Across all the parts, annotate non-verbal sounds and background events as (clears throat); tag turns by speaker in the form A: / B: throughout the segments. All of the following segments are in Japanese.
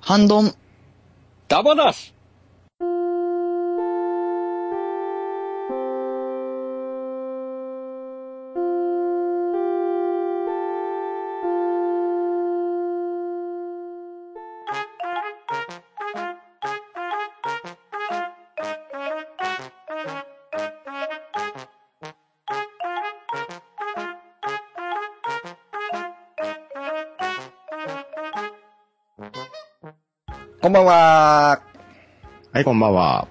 A: ハンドン。
B: ダバダス
C: こんばんは。
D: はい、こんばんは。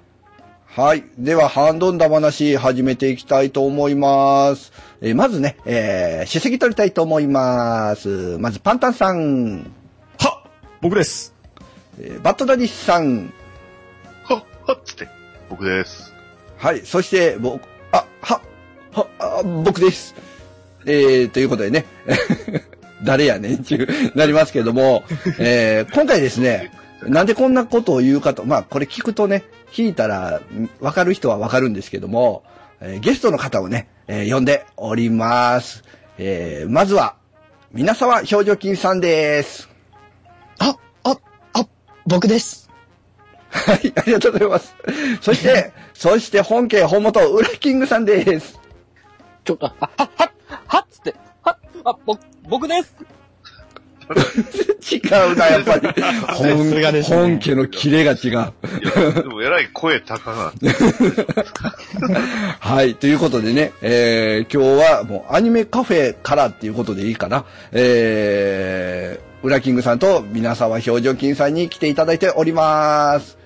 C: はい。では、ハンドンダ話始めていきたいと思います。えーまずね、えー、主席取りたいと思います。まず、パンタンさん、
D: は僕です。
C: えーバットダディさん、
E: はっはっつって。僕です。
C: はい。そして、僕、あ、は、は、あ僕です。えー、ということでね、 (laughs) 誰やねんちゅう、なりますけども、えー、今回ですね、なんでこんなことを言うかと、まあ、これ聞くとね、聞いたら、んわかる人はわかるんですけども、えーゲストの方をね、えー呼んでおります。えー、まずは、皆沢表情筋さんです。
A: あ、あ、あ、僕です。
C: はい、ありがとうございます。そして、そして本家本元、ウラキングさんです。
B: ちょっと、あ、はっはっはっつって、はっ、あ、ぼ、僕です
C: 違うな、やっぱり。本
D: (laughs) さすがですね
C: 本家のキレが違う。
E: いや、でもえらい声高な。
C: はい、ということでね、えー、今日はもうアニメカフェからっていうことでいいかな。えー、ウラキングさんと皆沢表情筋さんに来ていただいております。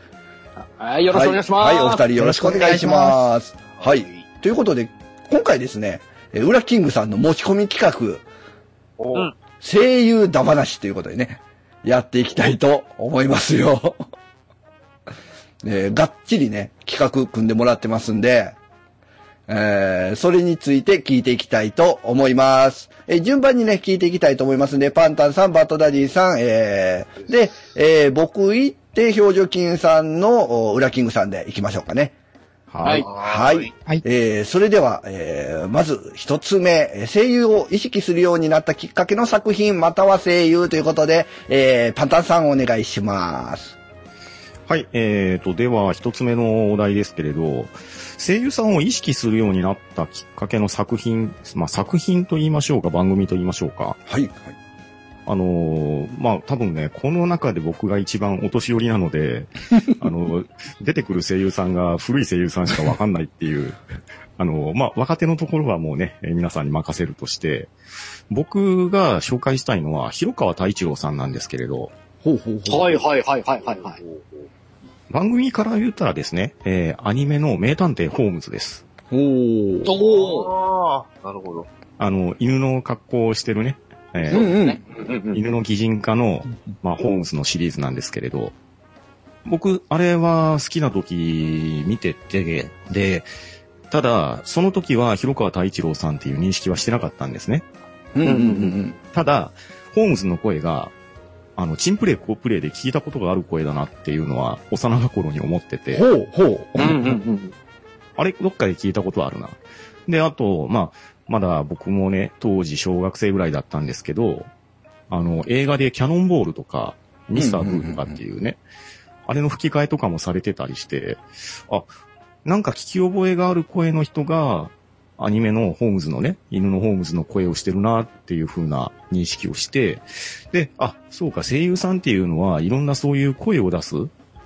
B: はい、よろしくお願いします。
C: はい、はいお二人よろしくお願いします。はい、ということで、今回ですね、えーウラキングさんの持ち込み企画、
B: うん
C: 声優だ話ということでね、やっていきたいと思いますよ。 (laughs) えーがっちりね、企画組んでもらってますんで、えーそれについて聞いていきたいと思います。えー順番にね、聞いていきたいと思いますんで、パンタンさん、バットダディさん、えーで、えー僕行って、表情筋さんの、お裏キングさんで行きましょうかね。
B: はい
C: はい。
A: はい
C: えーそれでは、えーまず一つ目、えー声優を意識するようになったきっかけの作品、または声優ということで、えーパンタンさんお願いします。
D: はい、えーと、では、一つ目のお題ですけれど、声優さんを意識するようになったきっかけの作品、まあ、作品と言いましょうか、番組と言いましょうか。
C: はい。
D: あのーまあ、多分ね、この中で僕が一番お年寄りなの (laughs) で、あの、出てくる声優さんが古い声優さんしかわかんないっていう、あのーまあ、若手のところはもうね、えー皆さんに任せるとして、僕が紹介したいのは、広川太一郎さんなんですけれど、
C: ほうほう
B: はい、はい、はい、はい、はい、はい。
D: 番組から言ったらですね、えー、アニメの名探偵ホームズです。
C: ほう。
B: おー。
E: ああ、なるほど。
D: あの、犬の格好をしてるね、えー
C: うんうん。
D: 犬の擬人化の、まあ、ホームズのシリーズなんですけれど、僕、あれは好きな時見てて、で、ただ、その時は広川太一郎さんっていう認識はしてなかったんですね。
C: うんうんうん
D: ただ、ホームズの声が、あの、チンプレイ、コープレイで聞いたことがある声だなっていうのは、幼い頃に思ってて。
C: うん。ほうほう。
B: うん、うん、うん。
D: あれ、どっかで聞いたことあるな。で、あと、まあ、まだ僕もね、当時小学生ぐらいだったんですけど、あの、映画でキャノンボールとか、ミスターブーとかっていうね、あれの吹き替えとかもされてたりして、あ、なんか聞き覚えがある声の人が、アニメのホームズのね、犬のホームズの声をしてるなっていう風な認識をして、で、あ、そうか、声優さんっていうのはいろんなそういう声を出す、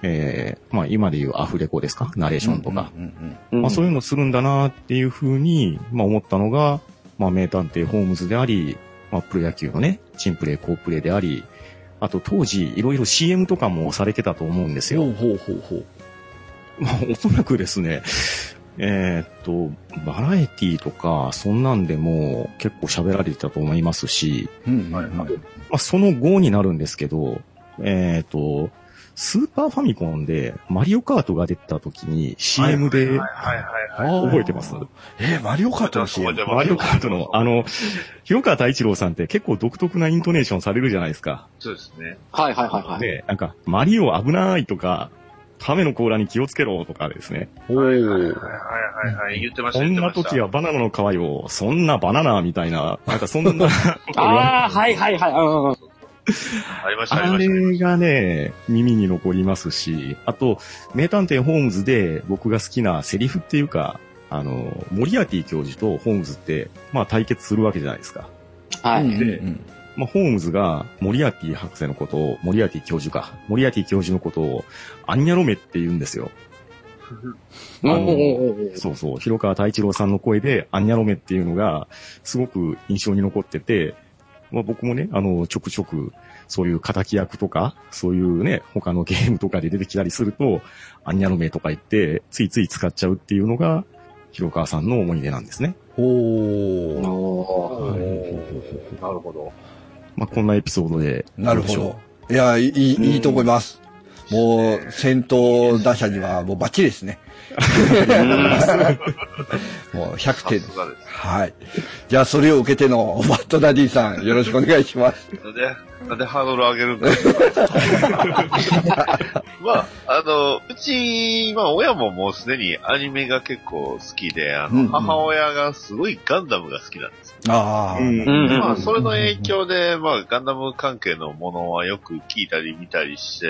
D: えー、まあ今で言うアフレコですかナレーションとか、
C: うんうん
D: まあ、そういうのするんだなっていうふうに、まあ、思ったのが、まあ、名探偵ホームズであり、まあ、プロ野球のね、チンプレー、コープレーであり、あと当時、いろいろ CM とかもされてたと思うんです
C: うん。ほ
D: よ。
C: うほうほうほう。
D: まあ、おそらくですね、えーっと、バラエティとか、そんなんでも結構喋られてたと思いますし、
C: うん。。
E: はいはい
D: まあ、その後になるんですけど、えーっと、スーパーファミコンでマリオカートが出てた時に CM で
E: はいはいはい。
D: 覚えてます
C: えー、マリオカートの CM
E: 覚えてま
D: マ
E: す
D: リオカートの、あ、の、広川太一郎さんって結構独特なイントネーションされるじゃないですか。
E: そうですね。
B: はい、はい、はい、はい。
D: で、なんか、マリオ危ないとか、亀の甲羅に気をつけろとかですね。
C: ほう。
E: はいはいはい。言ってました
D: こんな時はバナナの
E: (laughs)
D: 皮よ、そんなバナナみたいな、なんかそんな、
B: あー、はい、はい、はい、うんうんうん。
E: ありました、あり
D: あ
E: ました。
D: れがね、耳に残りますし、あと、名探偵ホームズで僕が好きなセリフっていうか、あの、モリアティ教授とホームズって、まあ対決するわけじゃないですか。
B: は
A: う
B: い。
A: ん
D: でまあ、ホームズが、モリアティ博士のことを、モリアティ教授か、モリアティ教授のことを、アンニャロメって言うんですよ。
B: お
D: あの
B: ー
D: そうそう、広川太一郎さんの声で、アンニャロメっていうのが、すごく印象に残ってて、まあ、僕もね、あの、ちょくちょく、そういう仇役とか、そういうね、他のゲームとかで出てきたりすると、アンニャロメとか言って、ついつい使っちゃうっていうのが、広川さんの思い出なんですね。
C: おー。
B: おー
E: なるほど。
D: まあ、こんなエピソードで。
C: なる
D: どうで
C: ほ
D: しょ
C: ど。いや、いい、
B: うん
C: いいと思います。もう、先頭打者にはもうバッチリですね。 (laughs) もう100
E: さ
C: 点です
E: す。がです。
C: はい。じゃあ、それを受けての、バットダディさん、よろしくお願いします。
E: なんで、なんでハードル上げるんだ (laughs) まあ、あの、うち、まあ、親ももうすでにアニメが結構好きで、あの、
C: うんうん
E: 母親がすごいガンダムが好きなんですよ。
C: ああ、
B: うんうんうん
E: まあ、それの影響で、まあ、ガンダム関係のものはよく聞いたり見たりして、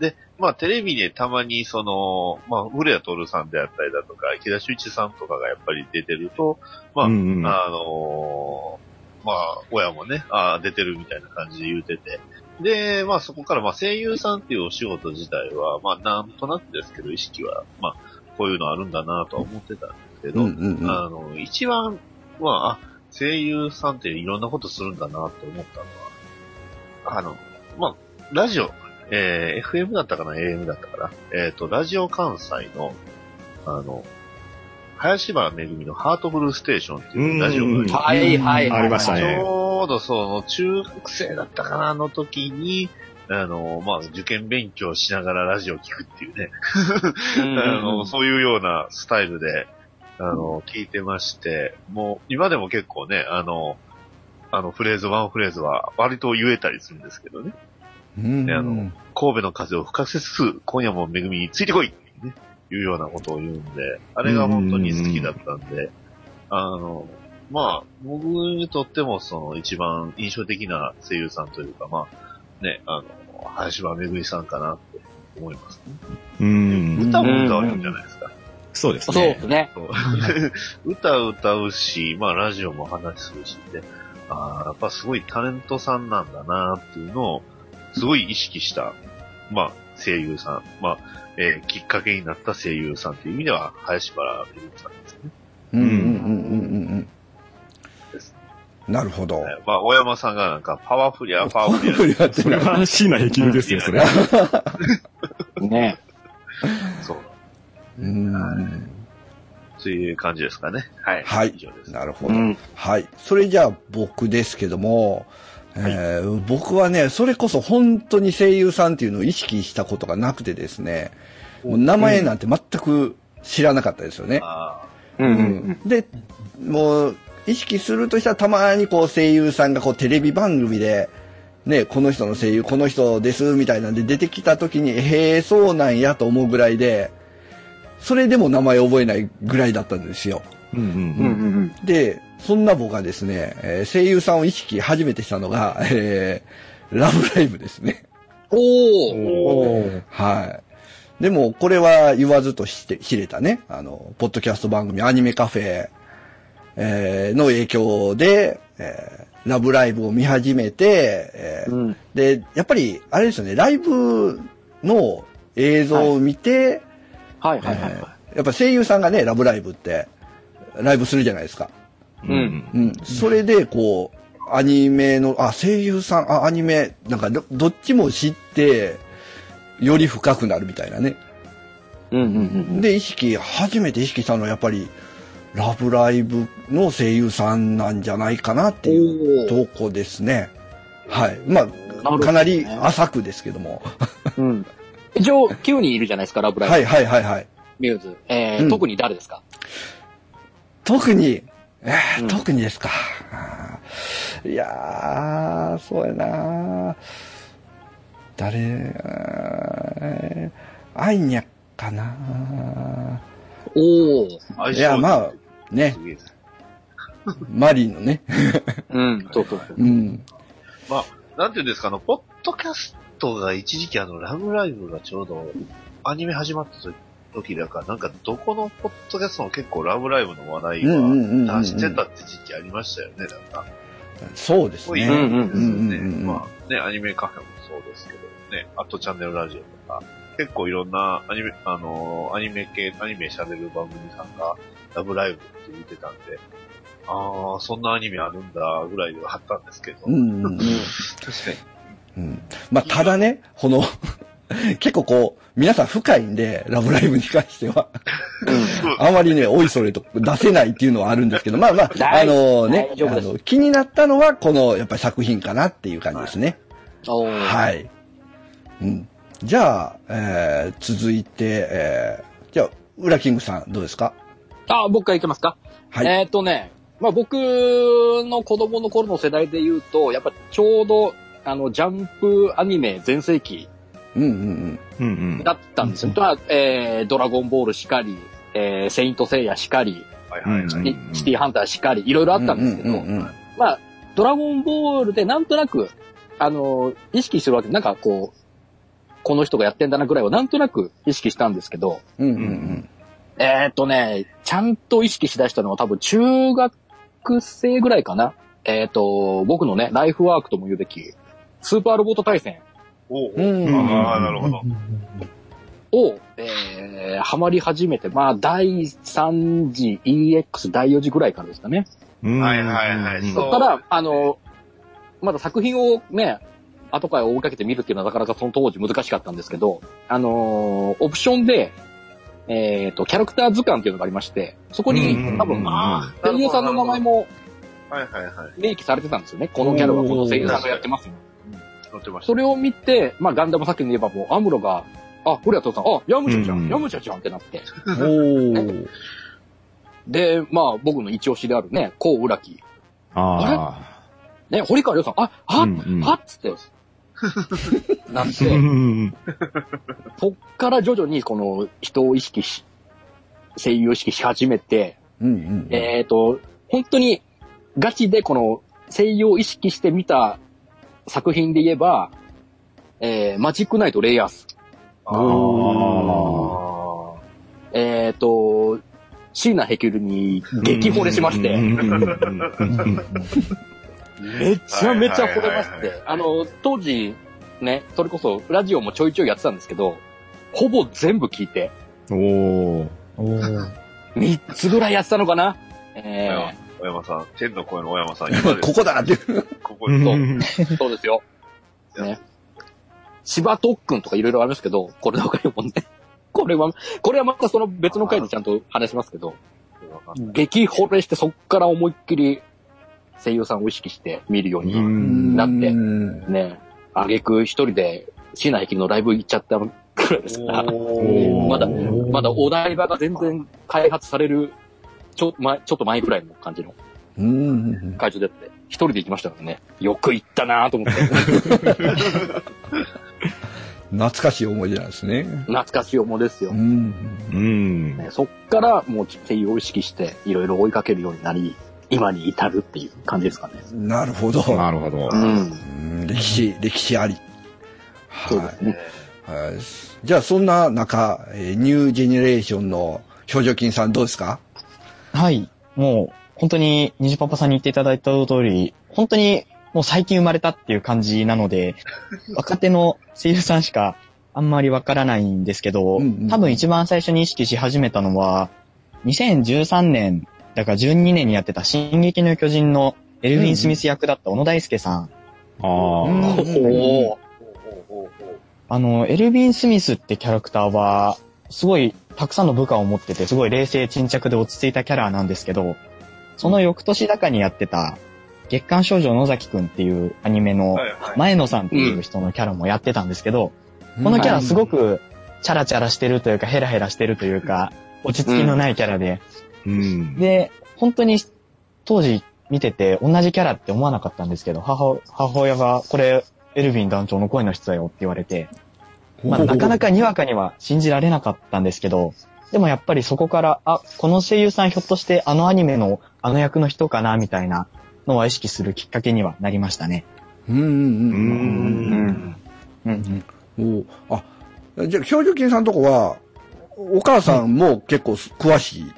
E: で、まあ、テレビでたまに、その、まあ、古谷徹さんであったりだとか、池田修一さんとかがやっぱり出てると、まあ
D: うんうん
E: あのーまあ、親もね、あー出てるみたいな感じで言うてて。で、まあそこから、まあ声優さんっていうお仕事自体は、まあなんとなくですけど、意識は、まあ、こういうのあるんだなとは思ってたんですけ
C: う
E: ど、
C: んうんうん。
E: あの、一番は、あ、声優さんっていろんなことするんだなって思ったのは、あの、まあ、ラジオ、えー FM だったかな、AM だったかな、えっ、と、ラジオ関西の、あの、林原めぐみのハートフルステーションっていうラジオがあり
B: はい、
E: まして
B: はい、はい。
D: ありました
E: ち
D: ね
E: ょうどその中学生だったかな、あの時に、あの、まあ、受験勉強しながらラジオ聞くっていうね、
B: うんうん
E: あの、そういうようなスタイルで、あの、聞いてまして、もう、今でも結構ね、あの、あの、フレーズ、ワンフレーズは割と言えたりするんですけどね。
C: うん
E: ねあの神戸の風を吹かせつつ、今夜も恵みについてこいって、ね、いうようなことを言うんで、あれが本当に好きだったんで、あの、まあ、僕にとってもその一番印象的な声優さんというか、まあ、ね、あの、林場めぐみさんかなって思います、ね。
D: うん。
E: 歌も歌うじゃないですか。
D: そうです
B: そう
D: ね。
B: ですね。
E: そう (laughs) 歌歌うし、まあラジオも話するしで、ああ、やっぱすごいタレントさんなんだなっていうのを、すごい意識した、まあ声優さん、まあ、えーきっかけになった声優さんという意味では、林原めぐみさんですね。
C: うんうんうんうんうんうん。なるほど。
E: はいまあ、大山さんがなんか、パワフリア、パワフリ
C: (laughs) そ
E: ア。
C: れは
D: それは椎名駅流ですよ、それ。
B: ね。
E: そう。
C: うん
E: そういう感じですかね。はい。
C: はい
E: 以上です。
C: なるほ
B: う
C: ど。
B: ん。
C: はい。それじゃあ僕ですけども、えー僕はね、それこそ本当に声優さんっていうのを意識したことがなくてですね、もう名前なんて全く知らなかったですよね。
E: あ
B: うんう。
C: うんんで、もう、意識するとしたらたまにこう声優さんがこうテレビ番組で、ね、この人の声優、この人です、みたいなんで出てきた時に、へえ、そうなんやと思うぐらいで、それでも名前覚えないぐらいだったんですよ。
D: うんうん
B: うんうん
C: で、そんな僕がですね、えー声優さんを意識初めてしたのが、えーラブライブですね。
B: おー
D: お
C: はい。でも、これは言わずとして、知れたね、あの、ポッドキャスト番組アニメカフェ、えーの影響で、えーラブライブを見始めて、えー
B: うん
C: で、やっぱり、あれですよね、ライブの映像を見て、
B: はいはいはい
C: え
B: はい。
C: ーやっぱ声優さんがね、ラブライブって、ライブするじゃないですか。
D: うんうん。
C: うん。それで、こう、アニメの、あ、声優さん、あ、アニメ、なんかど、どっちも知って、より深くなるみたいなね。
B: うんうんうん。
C: で、意識、初めて意識したのは、やっぱり、ラブライブの声優さんなんじゃないかなっていう
B: お
C: とこですね。はい。ま
B: ほど
C: あ、かなり浅くですけども。
B: うん。一応、9人いるじゃないですか、ラブライブ。
C: はいはいはいはい。
B: ミューズ。えー
C: うん
B: 特に誰ですか
C: 特に、えー
B: うん
C: 特にですか。あーいやー、そうやなー誰、えーアイニャかな
B: おー
E: あ。相
C: い
E: 性
C: や、まあ、ね
E: す、げえです
C: マリーのね。
B: うん、そうそうそう。
C: うん。
E: まあ、なんていうんですか、あの、ポッドキャストが一時期あの、ラブライブがちょうど、アニメ始まった時時だから、なんかどこのポッドキャストも結構ラブライブの話題
C: うんうんうんうんう
E: は
C: ん
E: 出してたって時期ありましたよね、なんか。
C: そうです
E: そうい
C: ね。
E: う
B: うん
E: んですよね。
C: うんうんうんうん
E: まあ、ね、アニメカフェもそうですけど、ね、あとチャンネルラジオとか、結構いろんなアニメ、あのーアニメ系、アニメ喋る番組さんが、ラブライブって言ってたんで、ああ、そんなアニメあるんだ、ぐらいではあったんですけど、
C: うんうん
E: 確かに。
C: うんまあ、ただね、この、 (laughs) 結構こう、皆さん深いんで、ラブライブに関しては。あまりね、おいそれと出せないっていうのはあるんですけど、まあまあ、あ
B: 大
C: のね、
B: 大
C: あ
B: 丈夫です
C: の気になったのは、この、やっぱり作品かなっていう感じですね。
B: おー
C: はい。うん。じゃあ、えー、続いて、えー、じゃあ、ウラキングさん、どうですか
B: あ、僕からいけますか
C: はい
B: えーっ、とね、まあ僕の子供の頃の世代で言うと、やっぱちょうど、あの、ジャンプアニメ全盛期
C: うんうん
D: うんうん。
B: だったんですよ。まあえードラゴンボールしかり、えーセイントセイヤしかり、
E: はいはいはい。
D: うん
B: シシティハンターしかり、いろいろあ
C: うん。
B: ったんですけど、
C: うんうんうん
B: まあ、ドラゴンボールでなんとなく、あの、意識するわけ、なんかこう、この人がやってんだなぐらいはなんとなく意識したんですけど、
C: うんうん
B: えーっとね、ちゃんと意識しだしたのは多分中学生ぐらいかな。えーっと、僕のね、ライフワークとも言うべき、スーパーロボット対戦
E: おう
C: う
E: おう、
C: ん。う
D: うん
C: ん。
E: ああ、なるほど。
B: を、えー、ハマり始めて、まあ、第3次 EX、第4次ぐらいからですかね。
D: うん
E: はいはいはい
D: うん
E: そ
B: そうっから、あの、まだ作品をね、後から追いかけて見るっていうのはなかなかその当時難しかったんですけど、あのーオプションで、えーっと、キャラクター図鑑っていうのがありまして、そこに
D: うん
B: 多
D: うん
B: 分、
E: ああ、
B: 声優さんの名前も
E: はいはいはい。
B: 明記されてたんですよね。このキャラはこの声優さんがやってますよ。
E: 載ってました。
B: それを見て、まあガンダムさっきの言えばもうアムロが、あ、これやとさん、あ、ヤムチャちゃ
D: うん
B: ん、ヤムチャちゃんってなって。
C: おー。
B: で、まあ僕の一押しであるね、コウウラキ。
D: あ
B: ね、堀川亮さん、あ、
D: あ。
B: は、
D: うんうん
B: はっつっ
D: (laughs)
B: て。なっ
D: う
B: て、
D: ん
B: そっから徐々にこの人を意識し、声優を意識し始めて、
C: うんうん。
B: えっ、と、本当にガチでこの声優を意識して見た作品で言えば、えー、マジックナイトレイヤース。
E: あ
D: お
E: あ。
B: えっ、と、椎名ヘキュルに激惚れしまし
D: う
B: て、
D: んうんうんうんうん
B: めちゃめちゃ惚れまし
E: はいはいはいは
B: て
E: い、
B: あの、当時、ね、それこそラジオもちょいちょいやってたんですけど、ほぼ全部聞いて、
D: おー。
A: おー
B: 3つぐらいやってたのかなえ
E: 小山さん、天の声の小山さん、
C: やっぱりここだ
B: (laughs)
C: なっていう。
E: ここ
D: う
E: に
D: ん
B: そ
D: う
B: う
D: んうん
B: ー、そうですよ。ね。芝特訓とかいろいろありますけど、これの他にもね、これは、これはまたその別の回でちゃんと話しますけど、激惚れしてそっから思いっきり声優さんを意識して見るように
D: うん
B: だって
C: うん
B: ね、あげく一人で、椎名駅のライブ行っちゃったくらいですから、
D: おー
B: まだ、
D: お
B: まだお台場が全然開発される、ちょ、ま、ちょっと前くらいの感じの
C: うんうん。
B: 会場でって、一人で行きましたからね、よく行ったなぁと思って、 (laughs)
C: 懐かしい思い出なんですね。
B: 懐かしい思いですよ
C: う。ん。
D: うん
B: ねそっからもう声優を意識して、いろいろ追いかけるようになり、今に至るっていう感じですかね。
C: なるほど。
D: なるほど
B: う。ん。
C: うん歴史、歴史あり。
B: そうで
C: は
B: すね。
C: い。はいじゃあ、そんな中、えーニュージェネレーションの表情筋さんどうですか
A: はい。もう、本当に、虹パパさんに言っていただいた通り、本当に、もう最近生まれたっていう感じなの
C: (laughs)
A: で、若手の声優さんしかあんまりわからないんですけど、
C: うんうん
A: 多分一番最初に意識し始めたのは、2013年、だから12年にやってた進撃の巨人のエルヴィン・スミス役だった小野大輔さん。
D: ああ。
C: うん
D: は
B: おー
A: あの、エルヴィン・スミスってキャラクターは、すごいたくさんの部下を持ってて、すごい冷静沈着で落ち着いたキャラなんですけど、その翌年中にやってた、月刊少女野崎くんっていうアニメの
E: はいはい
A: 前野さんっていう人のキャラもやってたんですけど、このキャラすごくチャラチャラしてるというか、ヘラヘラしてるというか、落ち着きのないキャラで、
D: うん。
A: で、本当に当時見てて同じキャラって思わなかったんですけど、母母親がこれエルヴィン団長の声の人だよって言われて、まあ、なかなかにわかには信じられなかったんですけど、でもやっぱりそこから、あ、この声優さんひょっとしてあのアニメのあの役の人かなみたいなのは意識するきっかけにはなりましたね。
C: ううんうん
D: う
C: うん。
D: ん。
A: うんうん。
C: おあ、じゃあ、表情筋さんとこは、お母さんも結構す詳しい。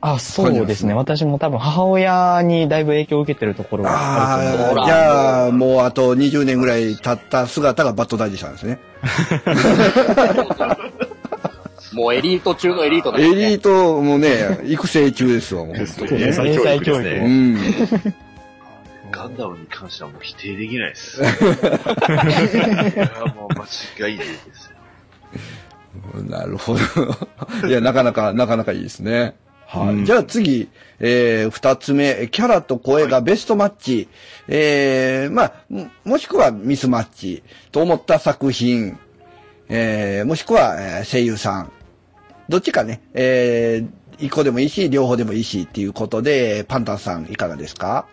A: あ、そうですね。私も多分母親にだいぶ影響を受けてるところがあると思う。
C: ああ、じゃあ、もうあと20年ぐらい経った姿がバッドダディさんですね。
B: もうエリート中のエリートだ
C: エ
B: よね
C: リートもね、育成中ですわ、もう。
D: 英才教育です
C: う
D: ね。
C: ん。
E: ガンダムに関してはもう否定できないです。いや、もう間違いないですよ。
C: なるほど。い (laughs) や、なかなか、なかなかいいですね。はい。
D: うん
C: じゃあ次、えー、二つ目、キャラと声がベストマッチ。えー、まあ、ももしくはミスマッチと思った作品。えー、もしくは、えー声優さん。どっちかね、えー、一個でもいいし、両方でもいいしっていうことで、パンタンさんいかがですか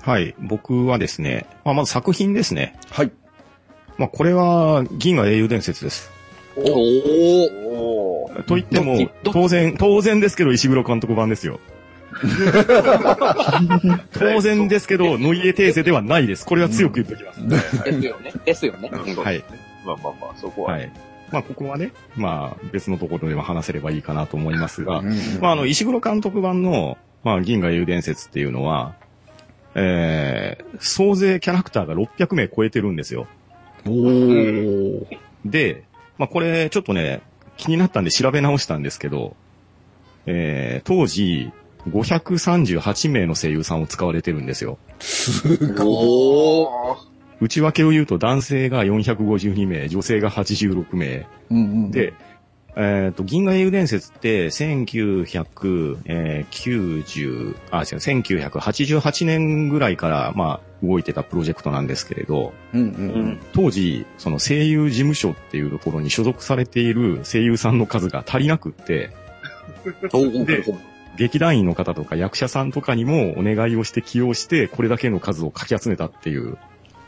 D: はい。僕はですね、まあ、まず作品ですね。
C: はい。
D: まあ、これは、銀河英雄伝説です。
B: おー
E: おー。
D: と言っても
B: どっちど、っち
D: 当然、当然ですけど、石黒監督版ですよ。当然ですけど、ノイエ訂正ではないです。これは強く言っておきます。
B: ですよね。ですよね。
E: うんそう
D: はい。
E: まあまあまあ、そこは。
D: はい。まあ、ここはね、まあ、別のところでは話せればいいかなと思いますが、ま
C: ま
D: あ、あの、石黒監督版の、まあ、銀河英雄伝説っていうのは、えー、総勢キャラクターが600名超えてるんですよ。
C: おー。
D: で、まあ、これ、ちょっとね、気になったんで調べ直したんですけど、えー、当時、538名の声優さんを使われてるんですよ。
B: おー
E: おー。
D: 内訳を言うと男性が452名、女性が86名。
C: うんうん。
D: で、えっ、と、銀河英雄伝説って1990、あ、違う、1988年ぐらいから、まあ、動いてたプロジェクトなんですけれど、
C: うんうん
D: 当時、その声優事務所っていうところに所属されている声優さんの数が足りなくって、
B: おー
D: で劇団員の方とか役者さんとかにもお願いをして起用して、これだけの数をかき集めたっていう、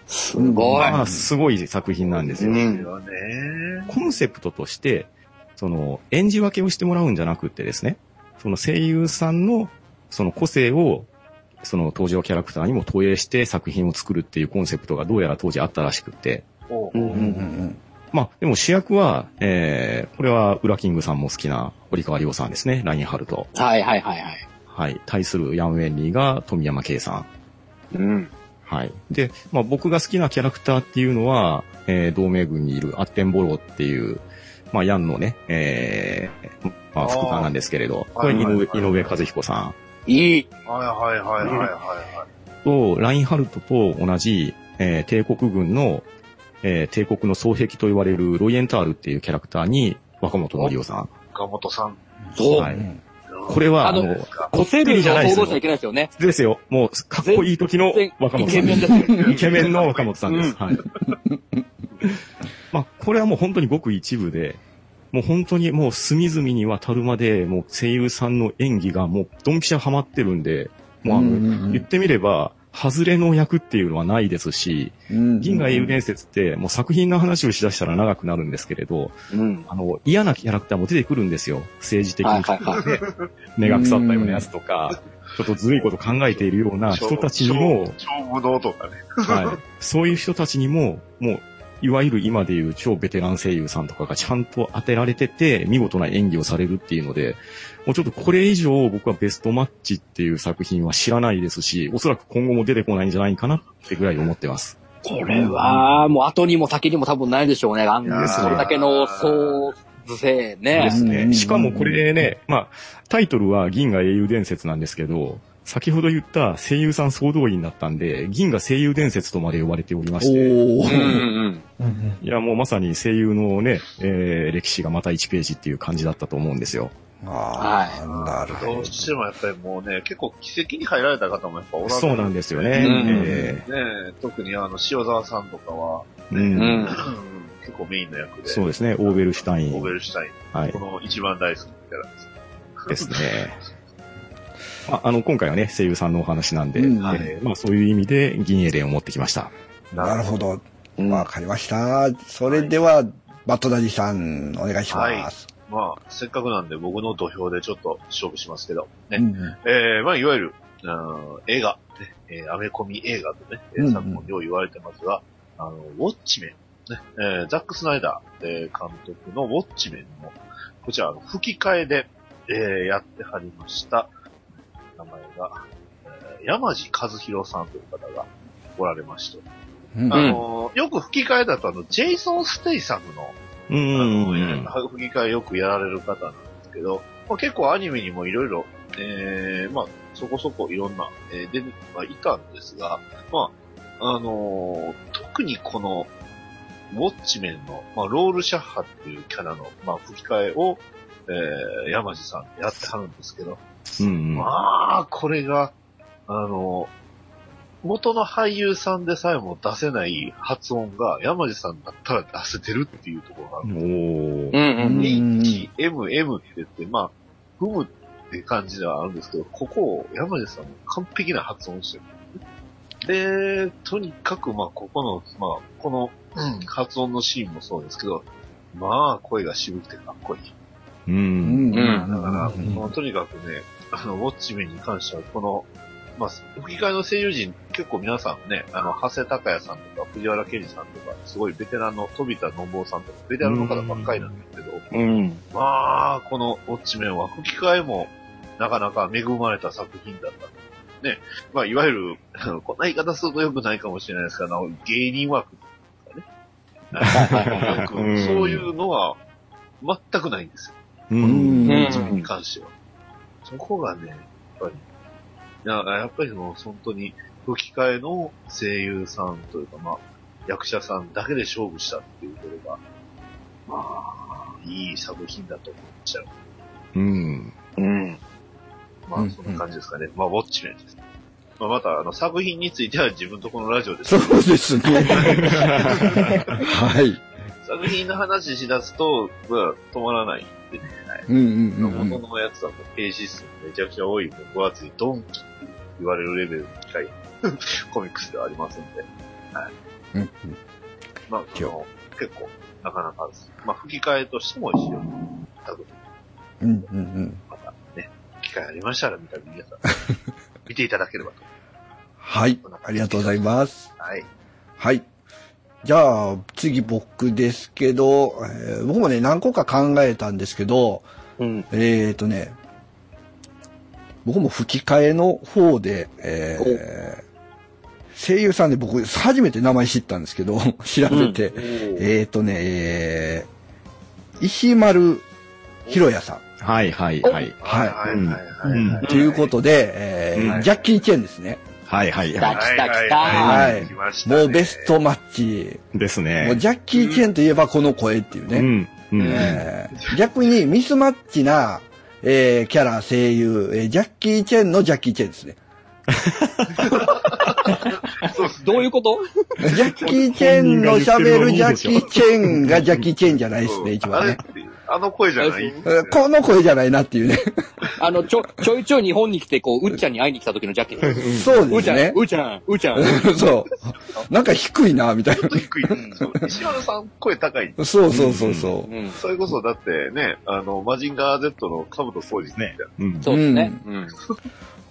B: すごい。
D: まあ、すごい作品なんですよ。
E: ですよね。
D: コンセプトとして、その、演じ分けをしてもらうんじゃなくってですね、その声優さんの、その個性を、その登場キャラクターにも投影して作品を作るっていうコンセプトがどうやら当時あったらしくって、
E: お
B: う
E: ー
B: ん
C: うん。うんうん
D: まあ、でも主役は、えー、これは、ウラキングさんも好きな堀川亮さんですね、ラインハルト。
B: はいはいはいはい。
D: はい。対するヤンウェンリーが富山圭さん。
B: うん。
D: はい。で、まあ、僕が好きなキャラクターっていうのは、えー同盟軍にいるアッテンボローっていう、まあ、ヤンのね、えーまあ、
E: あー
D: 副官なんですけれど、
E: は
D: これ
E: い
D: 井
E: はいはい
D: 上井上和彦さ
B: いい。
E: はいはいはいはいはいはい。
D: んと、ラインハルトと同じ、えー帝国軍の、えー帝国の双璧と言われるロイエンタールっていうキャラクターに、若本のりおさん。
E: 岡本さん。
B: そう。
D: は
C: う
D: い
C: ん。
D: これは、
B: あ
D: あ
B: の
D: の、
B: 個性力を想像しちゃい
D: よ。
B: けないですよね。
D: ですよ。もう、かっこいい時の
B: 全
D: 若
B: イ
D: 本さ
B: ケ
D: ん
B: メン。です (laughs) よ。
D: イケメンの若本さんです。
B: うん
D: はい。まあ、これはもう本当にごく一部で、もう本当にもう隅々にわたるまで、もう声優さんの演技がもうドンピシャハマってるんで、もうあの、言ってみれば、外れの役っていうのはないですし、銀河英雄伝説ってもう作品の話をしだしたら長くなるんですけれど、
B: うん。
D: あの、嫌なキャラクターも出てくるんですよ。政治的
B: は
D: に
B: いはいはい。
D: 目が腐ったようなやつとか、ちょっとずるいこと考えているような人たちにも、
E: 超無能とかね。
D: はい。そういう人たちにも、もう、いわゆる今でいう超ベテラン声優さんとかがちゃんと当てられてて、見事な演技をされるっていうので、もうちょっとこれ以上僕はベストマッチっていう作品は知らないですし、おそらく今後も出てこないんじゃないかなってぐらい思ってます。
B: これは、もう後にも先にも多分ないでしょうね。あん
E: いやー
B: それだけの総勢
D: で
B: ね。
D: す
C: うん
D: ね。しかもこれね、まあ、タイトルは銀河英雄伝説なんですけど、先ほど言った声優さん総動員だったんで、銀河声優伝説とまで呼ばれておりまして、
C: お
B: う
C: お
B: んう。ん
A: うんうん
D: いや、もうまさに声優のね、えー歴史がまた1ページっていう感じだったと思うんですよ。
C: ああ、なる
E: ど
C: ほ
E: うしてもやっぱりもうね、結構奇跡に入られた方もやっぱおられる
D: そうなんですよね。
B: うん
D: え
E: ねえ特にあの、塩沢さんとかは、
D: ー
B: うん。う
D: うん
B: ん。
E: 結構メインの役で、
D: そうですね、オーベルシュタイ
E: オーベ
D: ン。
E: ルシュタイン、
D: はい
E: こ。の一番大好きなキャラです。
D: ですね。まあ、あの、今回はね、声優さんのお話なんで、
C: うん
D: えーまあ、そういう意味で銀エレンを持ってきました。
C: ど。なるほど。
B: うん
C: わかりました。それでは、バットダディさん、お願いします。
E: まあ、せっかくなんで僕の土俵でちょっと勝負しますけど、ね
C: うん
E: えー、まあ、いわゆる、あの映画、ね、えーアメコミ映画とね、え
C: うんう
E: ー
C: ん
E: 昨今よう言われてますが、あの、ウォッチメン、ね、えーザック・スナイダー、えー監督のウォッチメンの、こちら、あの吹き替えで、えーやってはりました、名前が、えー山地和弘さんという方がおられまして、
C: うん
E: あのよく吹き替えだとあの、ジェイソン・ステイサムの、
D: うん
E: あ
D: うん
E: の
D: う
E: え
D: ん。
E: ー吹き替えよくやられる方なんですけど、まあ、結構アニメにもいろいろ、えーまあ、そこそこいろんな、えー出てはいたんですが、まあ、あのー特にこの、ウォッチメンの、まあ、ロールシャッハっていうキャラの、まあ、吹き替えを、えー山地さんやってはるんですけど、
D: うんうん。
E: まあ、これが、あの、元の俳優さんでさえも出せない発音が山地さんだったら出せてるっていうところがある。
D: お
B: う
D: ー。
B: んうん。
E: H、M、M って言って、まあ、踏むって感じではあるんですけど、ここを山地さんも完璧な発音してる。で、とにかく、まあ、ここの、まあ、この、うん発音のシーンもそうですけど、まあ、声が渋くてかっこいい。
C: う
D: う。
C: んん
B: うん
E: だから、
C: うん
E: もうとにかくね、あの、ウォッチメンに関しては、この、まあ、吹き替えの声優陣、結構皆さんね、あの、長谷隆也さんとか、藤原健二さんとか、すごいベテランの飛田信夫さんとか、ベテランの方ばっかりなんですけど、
A: うん。
E: まあ、このウォッチメンは吹き替えも、なかなか恵まれた作品だったんですね。まあ、いわゆる、 (laughs) あのこんな言い方すると良くないかもしれないですけど、あの芸人枠とかね。よく
D: うん
E: (laughs) そういうのは、全くないんですよ
D: う。
A: うんん。
B: うん
E: 自分に関しては。そこがね、やっぱり、いややっぱりもう本当に吹き替えの声優さんというか、まあ、役者さんだけで勝負したっていうことが、まあ、いい作品だと思っちゃう。
D: うん。
A: うん。
E: ま
C: うん
E: あ、そんな感じですかね。まあ、ウォッチメンです。まあ、また、あの、作品については自分とこのラジオで
C: そ
E: す。
C: う (laughs) ですね。はい。
E: 作品の話しだすと、まあ、止まらない。
C: うんうんうんう
E: 元
C: ん。
E: のやつはもうページ数めちゃくちゃ多い、もう分厚い、ドンキって言われるレベルに近い (laughs) コミックスではありますん
C: うんう
E: で、
C: ん
E: まあ、あの結構、なかなかです。まあ、吹き替えとしても一応、多分、
C: うんうんうん。
E: またね、機会ありましたら、見たら皆さん、見ていただければと。
C: はい。ありがとうございます。
E: はい。
C: はい。じゃあ、次僕ですけど、えー僕もね、何個か考えたんですけど、
B: うん。
C: えーとね、僕も吹き替えの方で、えー声優さんで僕、初めて名前知ったんですけど、 (laughs) 調べて、えーとね、えー石丸ひろやさん。
D: はいはいはい。
C: はい
E: はいはいはい
D: うん
E: はい。
C: ということで、えー
D: うん
C: ジャッキー・チェンですね。
D: はいはい
E: は、
D: はいい。
E: はい
B: 来た来た
E: はい
C: はい
E: 来ましたね
C: もうベストマッチ。
D: です
C: もう
D: ね。
C: ジャッキー・チェンといえばこの声っていうね。
D: うん。うん。
C: えー逆にミスマッチな、えーキャラ、声優、えージャッキー・チェンのジャッキー・チェンですね。
E: そうですね
B: どういうこと
C: ジャッキー・チェンの喋るジャッキー・チェンがジャッキー・チェンじゃないですね、一
E: あ
C: 番
E: れっ
C: ね
E: て。あの声じゃない。
C: えーこの声じゃないなっていうね。
B: あの、
C: (laughs)
B: ちょ、ちょいちょい日本に来て、こう、うっちゃんに会いに来た時のジャケット。
C: そう
B: う
C: で
B: ーち
C: す
B: ゃん
C: ね、。
B: うーちゃん、うーちゃん。
C: そう。なんか低いな、みたい
E: ちょっと低い。そう石原さん声高い。
C: な。そうそうそうそうう。
B: ん。
E: それこそだってね、あの、マジンガー Z のカブトコージみたい
D: ね。うん。
B: そうですね。う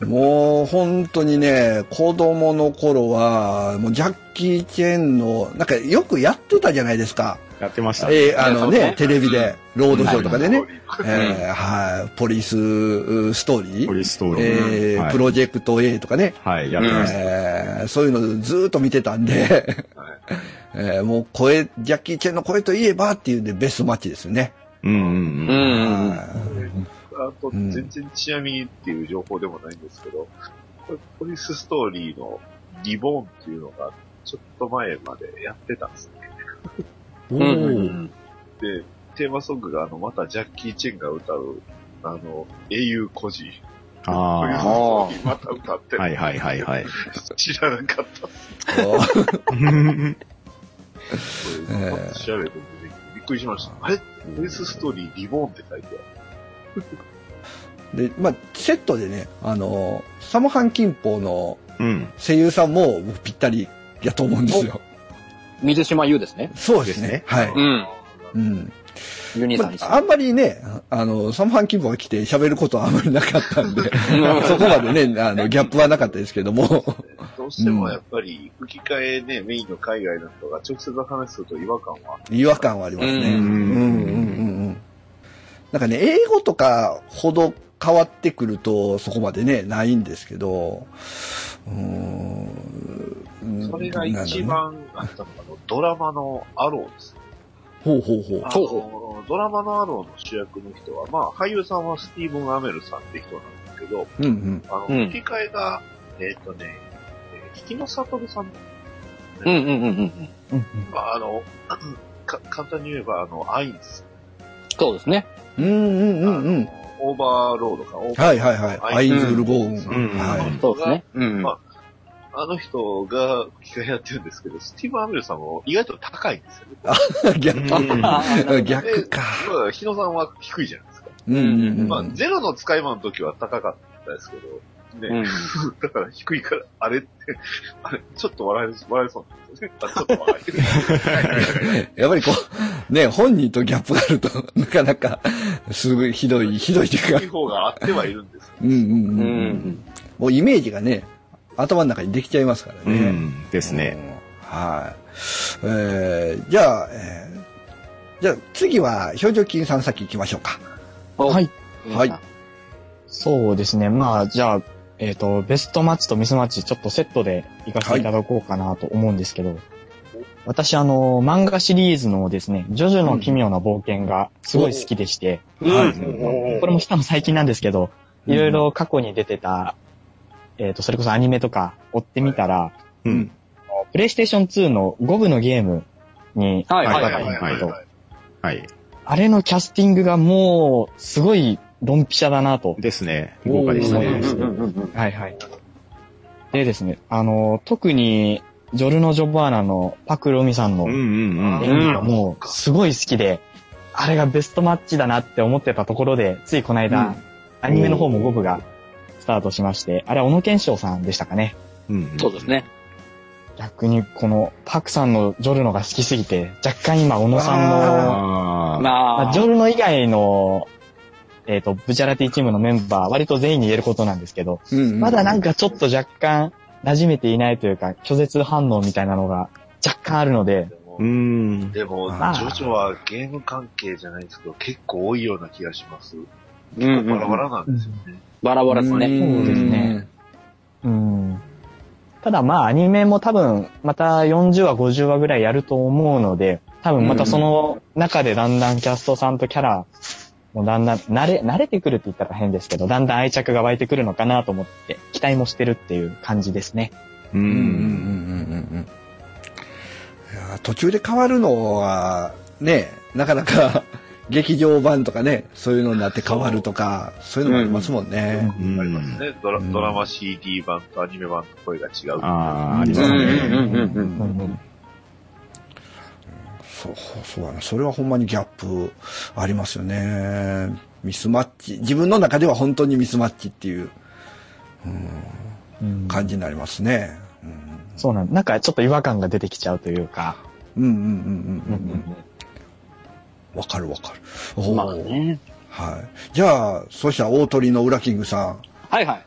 B: ん。
C: もう本当にね、子供の頃は、もうジャッキー・チェンの、なんかよくやってたじゃないですか。
D: やってました。
C: えーあの
B: そう
C: ね
B: ね、
C: テレビで、ロードショーとかでね。
E: な。
C: えーはい、ポリスうストーリ
D: ポ
C: ー、
D: リストーリ
C: え
D: ー。
C: ー
D: はい
C: プロジェクト A とかね、
D: はい、やってました。
C: えーそういうのずーっと見てたんで、
E: はい
C: (laughs) えーもう声、ジャッキー・チェンの声といえばっていうんでベストマッチですよね。
D: うんうんうん。
C: は
E: あと、全然ちなみにっていう情報でもないんですけど、これ、ポリスストーリーのリボーンっていうのが、ちょっと前までやってたんですね。
D: お
B: うんう
D: ー
B: ん。
E: で、テーマソングが、あの、またジャッキー・チェンが歌う、あの、英雄孤児。ポリスス
D: あ
E: トーリーまた歌って
D: あ。は
E: る。
D: いはいはいはい。
E: (laughs) 知らなかったっす。
C: いこう
E: これパッと調べてみてびっくりしました。あれポリスストーリーリボーンって書いてある。
C: で、まあ、セットでね、あの、サモハン・キンポの
D: うん。
C: 声優さんも僕ぴったりやと思うんですよ。
B: 水島優ですね。
C: そうですね。
D: ですね
C: はい。
B: うん。
C: うん。
B: ユニさんにし
C: あんまりね、あの、サムハン規模が来て喋ることはあんまりなかったんで、そこまでね、あの、ギャップはなかったですけども、
E: どうしてもやっぱり、吹き替えね、メインの海外の人が直接話すと違和感は。
C: 違和感はありますね。
B: う
C: うんんうんうんうん。なんかね、英語とかほど変わってくるとそこまでね、ないんですけど、うーん。
E: それが
C: なんだろうね
E: 一。番あったのが、あのドラマのアローですね。
C: ほうほうほう
E: あ。
B: そう
E: のドラマのアローの主役の人は、まあ、俳優さんはスティーブン・アメルさんって人なんですけど、
C: うんうん。
E: あの、
B: うん
E: 吹き替えが、えっ、とね、えー引きの悟さん、
B: うんうんうんうん。
A: うんうん。
E: まあ、あの、 (clears throat) か簡単に言えば、あの、アインです。
B: そうですね。
C: うんうんうんうん。
E: あのオーバーロードか、オーバー
C: はいはいはい。アイズールゴーン。
D: うん
C: はい。
B: そうですね。うん
E: まあの人が吹き替えやってるんですけど、スティーブン・アメルさんも意外と高いんですよね。
C: 逆。逆か。
E: まあ、日野さんは低いじゃないですか。
C: うんうんうん。
E: まあ、ゼロの使い魔の時は高かったですけど、ね、 (laughs) だから低いから、あれって、あれ、ちょっと笑え、笑えそうなんですよね。あちょっと笑える。
C: やっぱりこう、ね、本人とギャップがあると、なかなか、すごいひどい、ひどいという
E: 低い
C: か、
E: 方があってはいるんですよ。
C: うんうん
B: う
C: うん。
B: うんん。
C: もうイメージがね、頭の中にできちゃいますから
D: う
C: ね。
D: ん。ですね。
C: うん。はい。えー、じゃあ、えー、じゃあ次は、表情筋さん先行きましょうか。
A: はい。
C: はい
A: そうですね。まあ、じゃあ、えっ、と、ベストマッチとミスマッチ、ちょっとセットで行かせていただこうかなと思うんですけど、私、あの、漫画シリーズのですね、ジョジョの奇妙な冒険がすごい好きでして、
E: はい
A: これもしかも最近なんですけど、
C: うん
A: いろいろ過去に出てた、えっ、と、それこそアニメとか追ってみたら、
D: うん。
A: プレイステーション2の5部のゲームに
B: はい
A: あ
B: は
A: っ
B: い
A: た
B: はい
A: んですけど、
D: はい。
A: あれのキャスティングがもう、すごい、ドンピシャだなと。
D: ですね。豪華でした
A: おー
D: ね。
A: はいはい。でですね、あの、特に、ジョルノ・ジョバーナのパク・ロミさんの
D: うんう
A: 演
D: んうん。
E: う
A: 技がもう、すごい好きで、あれがベストマッチだなって思ってたところで、ついこの間、
C: うん
A: アニメの方も5部がスタートしまして、あれは小野賢章さんでしたかね。
D: うんうん
B: そうですね。
A: 逆に、この、パクさんのジョルノが好きすぎて、若干今、小野さんの、
D: ああ。
A: ま
B: ま
A: あ、
B: あ、
A: ジョルノ以外の、えっ、と、ブチャラティチームのメンバー、割と全員に言えることなんですけど、まだなん
C: か、
A: かちょっと若干馴染めていないというか、拒絶反応みたいなのが若干あるので、
E: でも
D: う、ん。
E: でもジ
C: あ
A: ー
E: ョジョはゲーム関係じゃないですけど、結構多いような気がします。
B: うんうん
E: バラバラなんですよね。
B: バラバラですね。
A: そうですね。うん。ただまあアニメも多分また40話、50話ぐらいやると思うので、多分またその中でだんだんキャストさんとキャラもだんだん慣れ、慣れてくるって言ったら変ですけど、だんだん愛着が湧いてくるのかなと思って、期待もしてるっていう感じですね。
D: う
C: うんうんうん
D: ん。
C: うんうんいやー途中で変わるのは、ね、なかなか (laughs) 劇場版とかね、そういうのになって変わるとか、そういうのもありますもんね。
D: うん
E: ありますね。ドラ
C: うん
E: ドラマ CD 版とアニメ版と声が違う。
D: ああ、ありますね。
B: うんうんうん
A: うんうん
C: そう、そうだな。それはほんまにギャップありますよね。ミスマッチ。自分の中では本当にミスマッチっていう
A: うん
C: 感じになりますね。
A: そうなんなんかちょっと違和感が出てきちゃうというか。
C: うん、うん、うんうんうんうん。わかるわかる。おー
B: まあね。
C: はい。じゃあ、そしたら大鳥の裏キングさん。
B: はいはい。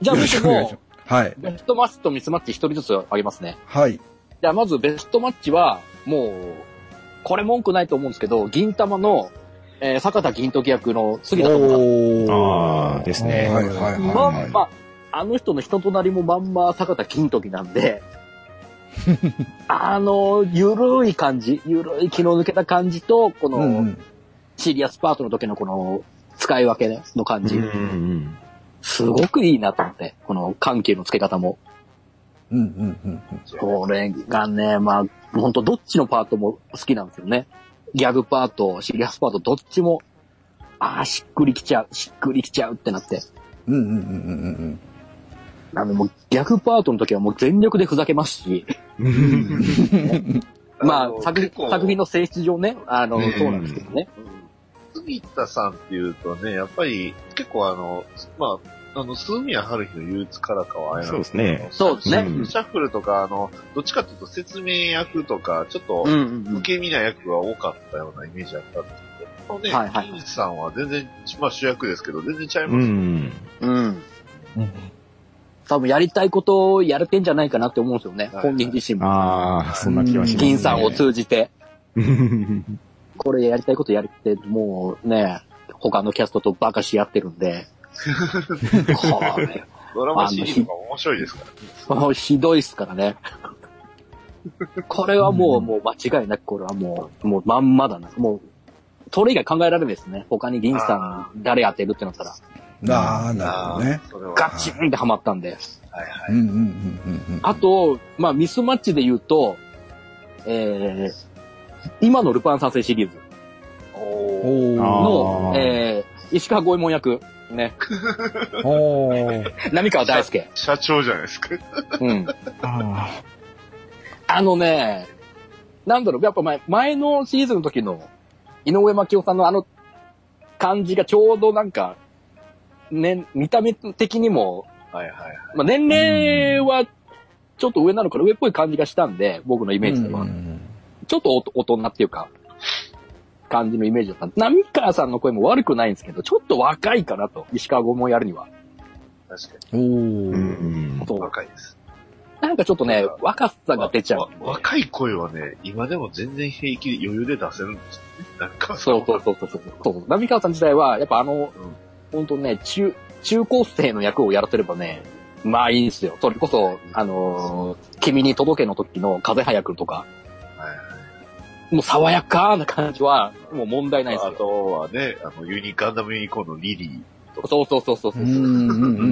B: じゃあ、
C: よろし
B: 僕
C: くお願いしま
B: も
C: す、。はい。
B: ベストマッチとミスマッチ一人ずつあげますね。
C: はい。
B: じゃあ、まずベストマッチは、もう、これ文句ないと思うんですけど、銀玉の、えー坂田銀時役の杉田智和
C: お
D: ああ、ですね。
C: はいはいはい、
B: ま
C: は
B: ん
C: い。
B: ま、あの人の人となりもまんま坂田金時なんで、
C: (laughs)
B: あの、ゆるい感じ、ゆるい気の抜けた感じと、この、
C: うんうん、
B: シリアスパートの時のこの、使い分けの感じ、
D: うんうん
B: すごくいいなと思って、この緩急の付け方も。
C: うんうんうんうん。
B: これがね、まあ、ほんとどっちのパートも好きなんですよね。ギャグパート、シリアスパート、どっちも、ああ、しっくりきちゃう、しっくりきちゃうってなって。
C: うんうんうんうんうん
B: なんでもうギャグパートの時はもう全力でふざけますし、
D: うんうん
B: まあ
E: の
B: 作
E: 結構
B: 品作品の性質上ね、あの、
D: うん
B: そうなんですけどね。
E: 杉田さんっていうとね、やっぱり結構あの、まあ、あの、鈴宮春日の憂鬱からかはあれなん
D: そうですね
B: そうですね
D: うん
E: シャッフルとか、あの、どっちかというと説明役とか、ちょっと
B: うんうんうん。
E: 受け身な役が多かったようなイメージだったんですけど、ね、
B: はいはい
E: 金内さんは全然、まあ主役ですけど、全然ちゃいます
D: う
E: ね。
D: ん。
B: うん。
A: うん。
B: 多分やりたいことをやれてんじゃないかなって思うんですよね。
E: はい
B: 本人自身も。
D: ああ、そんな気はします、ね。
B: 銀さんを通じて。
D: うん
B: これやりたいことやりて、もうね、他のキャストとバカし合ってるんで。これ、
E: ドラマ CD とか面白いですから。
B: もうひどいっすからね。これはもう、
D: うん
B: もう間違いなく、これはもう、もうまんまだな。もう、それ以外考えられないですね。他に銀さん誰当てるってなったら、
C: ああ、なるほどね。
E: あーそれは。
B: ガチンってハマったんで。
E: はいは
C: う
E: い。
C: んうんうんうんうん。
B: あと、まあ、ミスマッチで言うと、えー、今のルパン三世シリーズ
E: おー
C: おー。
B: の、
D: あー
B: えー、石川五右衛門役、ね、
C: おー。
B: 浪川大輔。
E: 社長じゃないですか。
B: うん。
A: あ
B: あのね、なんだろう、やっぱ前、前のシーズンの時の、井上真紀夫さんのあの感じがちょうどなんか、ね、見た目的にも、
E: はいはい。
B: まあ、年齢はちょっと上なのかな、上っぽい感じがしたんで、僕のイメージでは。ちょっとおと大人っていうか、感じのイメージだった。浪川さんの声も悪くないんですけど、ちょっと若いかなと、石川五門やるには。
E: 確か
C: おー
D: う。ん
B: そ
E: に。
B: う。
E: 若いです。
B: なんかちょっとね、若さが出ちゃ
E: わ
B: う。
E: わ若い声はね、今でも全然平気で余裕で出せるんですよね。なんか、
B: そうそうそうそうそう。そう。浪川さん自体は、やっぱあの、
E: うん
B: ほんとね、中、中高生の役をやらせればね、まあいいんですよ。それこそ、あのー君に届けの時の風早くとか、
E: はい
B: もう爽やかな感じは、もう問題ないです
E: あ
B: よ。
E: とはね、あの、ユニ、ガンダムユニコーンのリリー。
B: そうそうそうそうそうう。
C: んうんうんうんう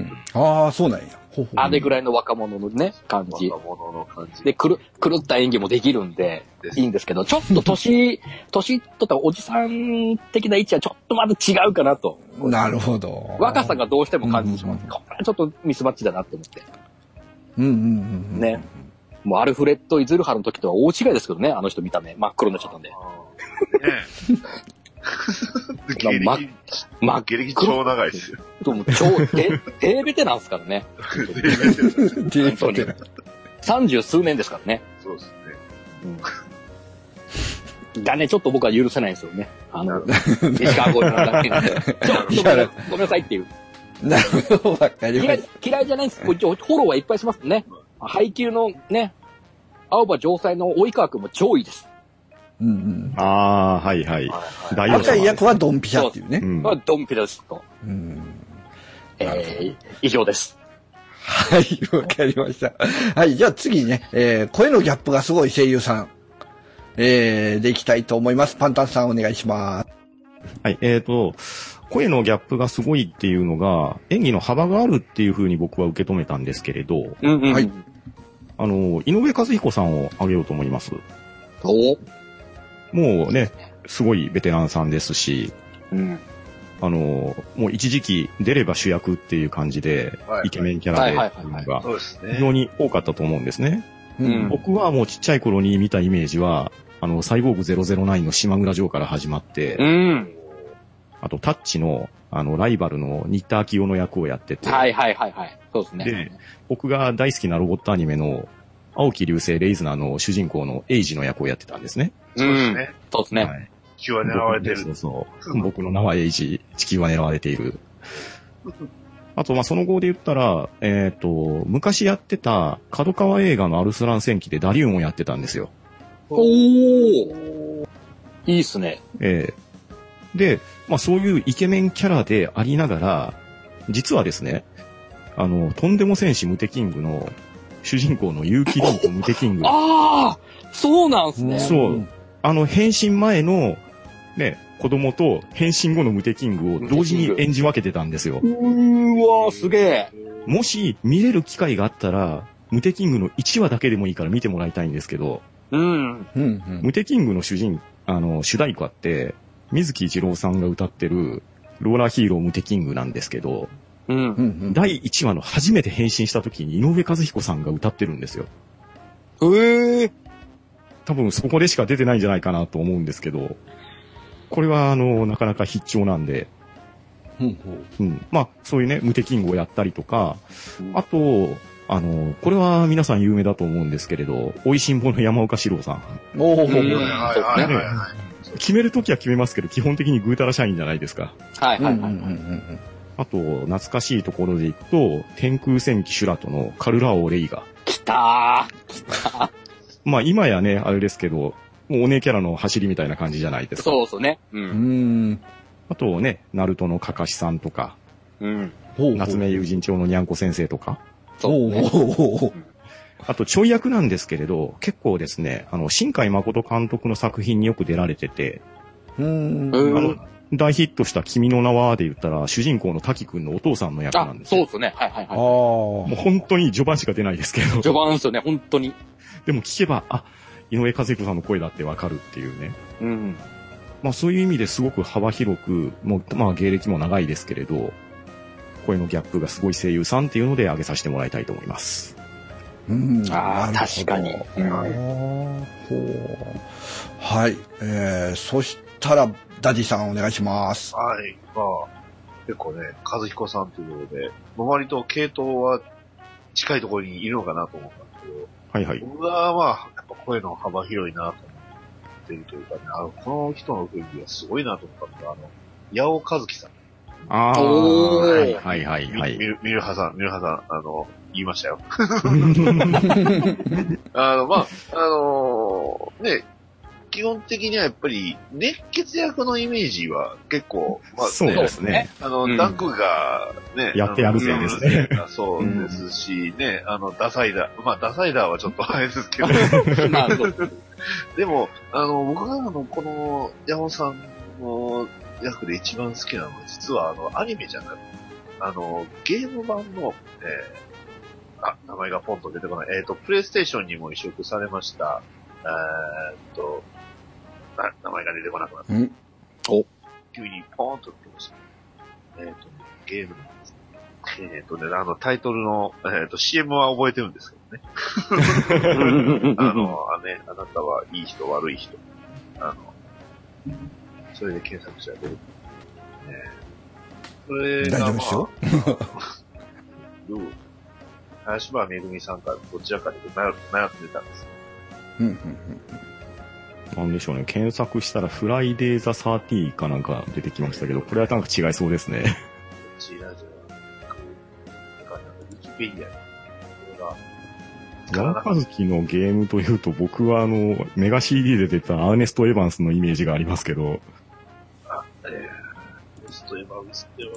C: ん。ああ、そうなんや。ほうほう
B: あれぐらいの若者のね、感じ。
E: 若者の感じ
B: で、狂狂った演技もできるんで、
E: です
B: いいんですけど、ちょっと年、 (laughs) 年取ったおじさん的な位置はちょっとまだ違うかなと。
C: なるほど。
B: 若さ。がどうしても感じてしまう。
C: うん
B: これはちょっとミスマッチだなって思って。
C: うんうんうん。
B: ね。もうアルフレッド・イズルハの時とは大違いですけどね、あの人見た目。真っ黒になっちゃったんで。
E: あーね芸
B: (laughs) ま
E: 歴、
B: 真っ
E: 芸歴超長いですよ。
B: 黒もう (laughs) 超、で、低ベテランですからね。
C: デートで。
B: 三十数年ですからね。
E: そうですね。
B: がね、ちょっと僕は許せないんですよね。あの、石川五郎のだけ (laughs) なんで。ちょっとごめんなごめんなさいっていう。
C: なるほど、わかりま
B: 嫌
C: し
B: い嫌いじゃないんです。こっちフォローはいっぱいしますね。配給のね、青葉城西の及川くんも超いいです。
C: うんうん。
D: ああ、はいはい。大王様
C: 若い役はドンピシャっていうね
D: う。ん
B: まあ、ドンピラですと。
C: うん
B: え
C: なる
B: ー、以上です。
C: はい、わかりました。はい、じゃあ次ね、えー、声のギャップがすごい声優さん、えー、でいきたいと思います。パンタンさんお願いします。
D: はい、えっ、と、声のギャップがすごいっていうのが、演技の幅があるっていうふうに僕は受け止めたんですけれど、
B: うんうん。
C: はい。
D: あの、井上和彦さんを挙げようと思います。
B: お
D: もうね、すごいベテランさんですし、
B: うん。
D: あの、もう一時期出れば主役っていう感じで
E: はい、
D: イケメンキャラで
B: はいはいはいはい
D: っていうのが
E: そうです
D: 非常
E: ね。
D: に多かったと思うんですね。
C: う
B: うん
D: 僕はもうちっちゃい頃に見たイメージは、あの、サイボーグ009の島村城から始まって、
B: うん。
D: あと、タッチの、あの、ライバルの新田明夫の役をやってて、
B: はいはいはいはい。そうですね
D: で。僕が大好きなロボットアニメの、青木流星レイズナーの主人公のエイジの役をやってたんですね。
B: う
E: そうです
B: ん。
E: ね。
B: そうですね。
D: はい。
E: 気は狙われて
D: そ
E: る。
D: うそう。僕の名はエイジ、地球は狙われてい
E: (laughs)
D: る。あと、まあ、その後で言ったら、えっ、と、昔やってた、角川映画のアルスラン戦記でダリウンをやってたんですよ。
B: おーいいっすね。
D: ええで、まあ、そういうイケメンキャラでありながら、実はですね、あの、とんでも戦士ムテキングの主人公の結城凛とムテキン
E: (laughs)
D: グ。
B: ああそうなんすね。
D: そう。あの、変身前の、ね、子供と変身後のムテキングを同時に演じ分けてたんですよ
B: う。ーわーすげえ。
D: もし見れる機会があったら、ムテキングの1話だけでもいいから見てもらいたいんですけど、
B: うん。
C: うんうん。
D: ムテキングの主人、あの、主題歌って、水木一郎さんが歌ってる、ローラーヒーロームテキングなんですけど、
B: うん。
C: うんうん。
D: 第1話の初めて変身した時に井上和彦さんが歌ってるんですよ。
B: ええ
D: 多分そこでしか出てないんじゃないかなと思うんですけど、これはあの、なかなか必聴なんで、
C: うんうん
D: うん。まあ、そういうね、無敵ングをやったりとか、あと、あの、これは皆さん有名だと思うんですけれど、美味しんぼの山岡史郎さん。
C: おー
B: うん
E: はいはいはいはい。
D: 決めるときは決めますけど、基本的にぐうたら社員じゃないですか。
B: はい
C: うんう
B: は
C: ん
B: い
C: うんう
B: はい。
C: ん
D: あと、懐かしいところでいくと、天空戦記シュラトのカルラオ・レイが。
B: 来た
D: まあ、今やね、あれですけど、もうお姉キャラの走りみたいな感じじゃない
B: ー。
D: ですか。
B: そうそうね。う。
C: うんん。
D: あとね、ナルトのカカシさんとか、
B: うん。
C: ほう
D: 夏目友人帳のにゃんこ先生とか、
B: そうね。
C: ほうほうほう
D: あとちょい役なんですけれど、結構ですね、あの、新海誠監督の作品によく出られてて、
C: うん。
B: う
D: あ
B: ん
D: の、大ヒットした君の名はで言ったら、主人公の滝くんのお父さんの役な
B: あ
D: ん、です
B: そう
D: よ。
B: っすね。はいはい
C: あ
B: はい。
C: あ
D: もう本当に序盤しか出ないですけど、
B: 序盤っすよね、本当に。
D: でも聞けば、あ、井上和彦さんの声だってわかるっていうね。
B: うん。
D: まあそういう意味ですごく幅広く、もう、まあ芸歴も長いですけれど、声のギャップがすごい声優さんっていうので挙げさせてもらいたいと思います。
C: うんなるほ
B: あー
C: ど
B: 確かにうん
C: あーほうはい。えー、そしたら、ダディさんお願いします。
E: はい。まあ、結構ね、和彦さんということで、まあ割と系統は近いところにいるのかなと思ったんですけど、
D: はいはい。
E: 僕はまあ、やっぱ声の幅広いなと思ってるというかね、あの、この人の雰囲気がすごいなと思ったのが、あの、八尾和樹さん、
D: ああ、
B: おー
D: はいはいはい
E: み
D: は
E: み
D: い。
E: る、みるはさん、みるはさん、あの、言いましたよ。あの、まあ、あのーね、基本的にはやっぱり、熱血役のイメージは結構、まあ、
D: (laughs) そうですね。
E: あの、
B: うん
E: ダンクがね、
D: やってやるぜ
E: あの
D: ですね。
E: うんそうですし、ね、あの、ダサイダー、まあ、ダサイダーはちょっとあれです
D: (laughs)
E: けど、
B: まあ、そう。
E: (laughs) でも、あの、僕があの、この、ヤホさんの役で一番好きなのは、実はあの、アニメじゃなくあの、ゲーム版の、えー、あ、名前がポンと出てこない。えっ、と、プレイステーションにも移植されました、えーっと、な名前が出てこなくなった。
C: ん
B: お
E: 急にポーンと出てました。えっ、と、ゲームなんです。えっ、とね、あの、タイトルの、えっ、と、CM は覚えてるんですけどね。
C: (laughs)
E: あの、あね、あなたはいい人、悪い人。あの、それで検索したら出てくる。ねそれ
C: 大丈
E: が、まあ、
C: 夫です
E: (laughs)
C: よ。
E: どう林原めぐみさんかどちらかで悩悩んでたんですよ。
C: うんうんうん
D: なんでしょうね。検索したらフライデーザ30かなんか出てきましたけど、これはなんか違いそうです (laughs) ね。
E: チラジオなんか、なんか、ウィキペディアにこれ
D: ヤ
E: が、
D: ンカズキのゲームというと、僕はあの、メガ CD で出たアーネスト・エヴァンスのイメージがありますけど、
E: えー、ストエバウスでは、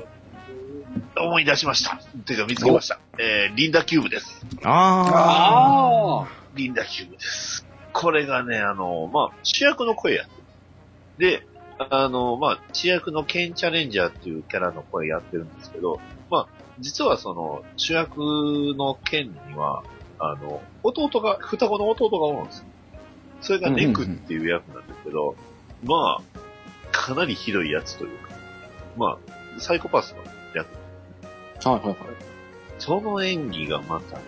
E: 思い出しました。ていうか見つけました。えー、リンダキューブです。
D: あ
B: あ
E: リンダキューブです。これがね、あの、まあ、主役の声やってる。で、あの、まあ、主役のケンチャレンジャーっていうキャラの声やってるんですけど、まあ、実はその、主役のケンには、あの、弟が、双子の弟がおるんですよ。それがネクっていう役なんですけど、まあ、かなりひどいやつというか、まあ、サイコパスの役
B: あ。はいはいはい。
E: その演技がまたね、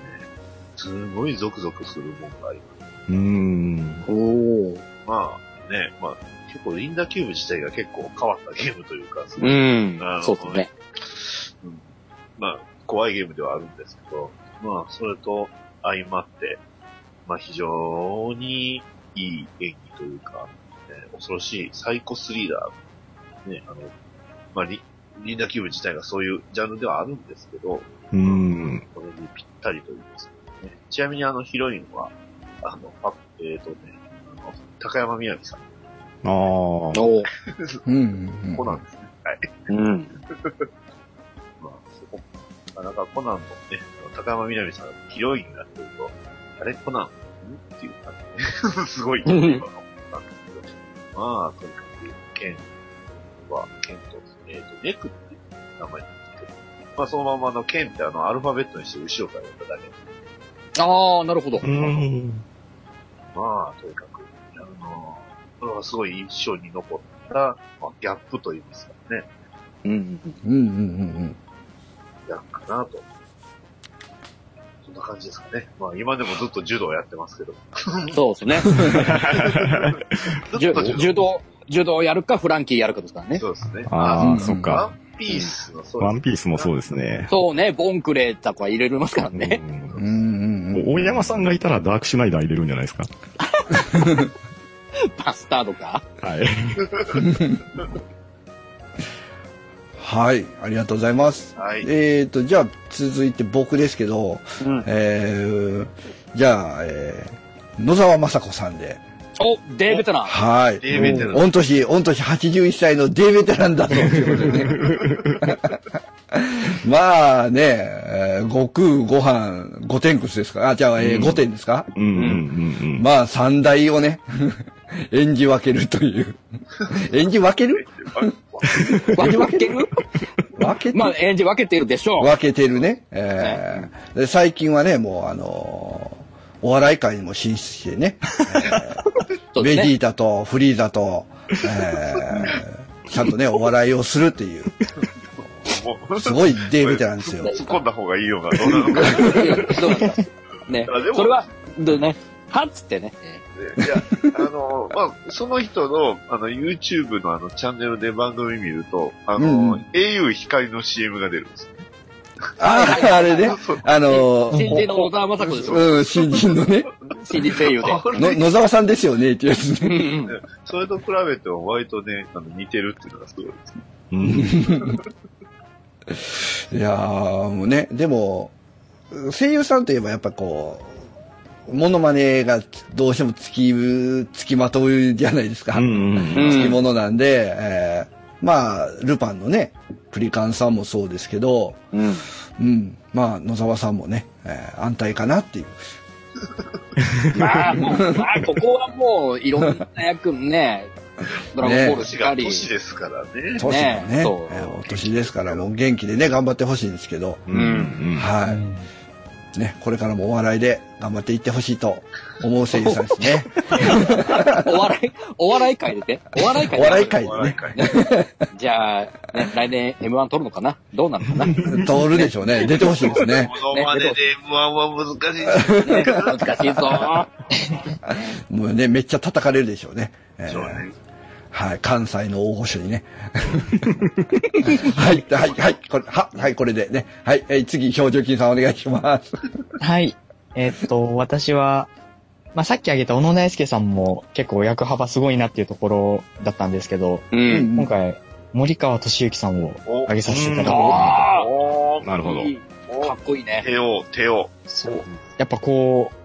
E: すごいゾクゾクするもんがあります。
D: うーん。
B: おお。
E: まあね、まあ、結構リンダキューブ自体が結構変わったゲームというか、すご
B: う
E: い
B: ん
E: なる。
B: そ
E: ほ
B: う
E: ど
B: ですね。
E: うんまあ、怖いゲームではあるんですけど、まあ、それと相まって、まあ、非常にいい演技というか、えー恐ろしいサイコスリーダー。ね、あの、まあ、リリンダキューブ自体がそういうジャンルではあるんですけど、
D: うーん。
E: これにぴったりと言いますかね。ちなみにあのヒロインは、あの、パえっ、とね、あの高山みなみさん。
D: ああ。
B: おお。
C: うんうんうん
E: コナンですね。はい。
B: うん。
E: まあ、そこ、なかなかコナンのね、高山みなみさんがヒロインになってると、あれコナンんっていう感じで、 (laughs) すごい、今思ったんですけど、まあ、とにかく、ケンは、ケンと、えっ、と、ネクっていう名前なんですけど、まあ、そのままあの、ケンってあの、アルファベットにして後ろからやっただけ
B: ああ、なるほど
D: う。ーん。
E: まあ、とにかく、あの、これはすごい印象に残った、まあ、ギャップと言いますかね、
B: うん。
C: うんうんうん
E: ギャップかなと。そんな感じですかね。まあ、今でもずっと柔道やってま
D: (laughs)
E: すけど。
B: そうですね。
E: ずっ
B: 柔
E: と
B: 柔。道、柔道やるか、フランキーやるかですからね。
E: そうですね。
D: あ
C: う
D: あ、
C: ん
D: そっか。
E: ピースの、そう
D: ワンピースもそうですね。
B: そうね、ボンクレーとか入れれますからね。
C: うんうん
D: うん
C: うん。
D: 大山さんがいたらダークシュナイダー入れるんじゃないですか。
B: バスタードか。
D: はい。
C: はい、ありがとうございます。
E: はい
C: えっと、じゃあ、続いて僕ですけど、
B: うん
C: えー、じゃあ、えー、野沢雅子さんで。
B: お、デーベテラン。
C: はい。
E: デイベテラン
C: もう御年、御年81歳のデイベテランだと。 (laughs) まあね、えー悟空、ご飯、五天屈ですかあ、じゃあ、えー、五点ですか、
D: うんうんうんうん。
C: まあ、三大をね、 (laughs) 演じ分けるという。 (laughs) 演じ分ける
B: 分け分ける
C: 分けて、
B: まあ、演じ分けてるでしょう。
C: 分けてるね。えーで最近はね、もうあのーお笑い界にも進出して
B: (laughs)
C: ね。
B: そうで
C: ベ
B: す
C: ジ
B: ね
C: ータとフリーザと、え
B: (laughs)
C: ー、ちゃんとね、お笑いをするっていう、すごいデーベテランですよ。
E: 突っ込んだ方がいいような、どうなのか。
B: いやどうなんですかね
E: あで。も
B: それは、でね、はっつってね。
E: いや、あの、まあ、その人の、あの、YouTube のあの、チャンネルで番組見ると、あ
C: うんう
E: の、
C: ん
E: au 光の CM が出るんです。
C: ああ、あれね、あの
B: 新人
C: ー、
B: の小沢雅子ですよ。
C: うん、新人のね、
B: 新人声優で。
E: あれ
C: の野沢さんですよね、っていうやつ
B: うん
C: ね。
B: うん
E: それと比べても割とね、あの、似てるっていうのがすごいですね。
D: うん
C: いやー、もうね、でも、声優さんといえばやっぱこう、モノマネがどうしてもつき、つきまとうじゃないですか。
D: うんうん
B: うん
C: つきものなんで、えーまあ、ルパンのね、プリカンさんもそうですけど、
B: うん。
C: うん、まあ、野沢さんもね、えー安泰かなっていう。
B: まあ、もう、まあ、ここはもう、いろんな役ね、ドラゴンボールし
E: 年
B: か
E: が
B: り。
E: 年ですからね。
C: 年がね、え
B: そう
C: ーお年ですから、もう元気でね、頑張ってほしいんですけど、
D: うんうん。
C: は
A: ん
C: い。ね、これからもお笑いで頑張っていってほしいと思う声優さんですね。
B: お笑い、お笑い会でて。お笑い会
C: お
B: で
C: 笑い会で
E: お笑い会
B: じゃあ、ね、来年 M1 取るのかなどうなのかなね
C: ね、通るでしょうね。出てほしいですね。
E: モノマネで M1 は難しい
B: 難しいぞ。
C: もうね、めっちゃ叩かれるでしょうね。えー
E: でしょうね。
C: はい、関西の大御所にね。はい、はい、はい、これ、は、はい、これでね。はい、えー次、表情筋さんお願いします。
A: はい。えっと、私は、まあ、さっき挙げた小野大輔さんも結構役幅すごいなっていうところだったんですけど、
B: う。
C: うん
A: 今回、森川俊之さんを挙げさせていただこうと思います
B: あ
E: おー
D: なるほど。
B: いいかっこいいね。
E: 手を、手を。
A: そう。やっぱこう、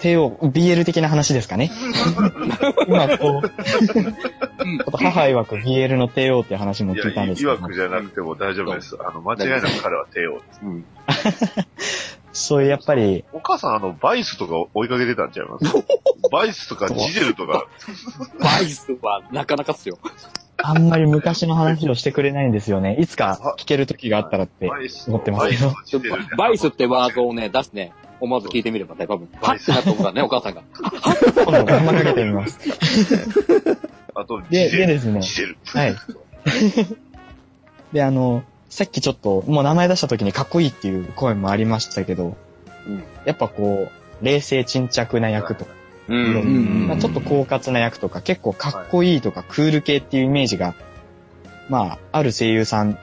A: 帝王、BL 的な話ですか
E: (laughs)
A: ね。今こう、ちょっと母曰く BL の帝王っていう話も
E: いや、
A: 聞いたんです
E: い
A: けど
E: わ、くじゃなくても大丈夫です。あの、間違いなく彼は帝王です。
B: うん。
A: そういうやっぱり、
E: お母さん、あの、バイスとか追いかけてたんちゃい
A: (laughs)
E: ますバイスとかジゼルとか、
B: バイスはなかなかっすよ。
A: あんまり昔の話をしてくれないんですよね。いつか聞ける時があったらって
E: バイス、
A: 思ってますけ
E: バイス
A: ど。
E: とジゼルで
B: バイスってワードをね、出すね。思わず聞いてみればね、多分。
E: バ
B: は
E: イ
B: っ
E: ス
B: てなったことだね、お母さんが。
A: 今度頑張りかけてみます。
E: あと、ジ
A: で、
E: ゼ
A: で
E: ル。
A: ですね。
E: ジゼル。
A: はい。で、あの、さっきちょっと、もう名前出した時にかっこいいっていう声もありましたけど、
B: うん
A: やっぱこう、冷静沈着な役とか、
B: う
A: うん
B: ん。
A: まあ、ちょっと狡猾な役とか、結構かっこいいとか、クール系っていうイメージが、まあ、ある声優さん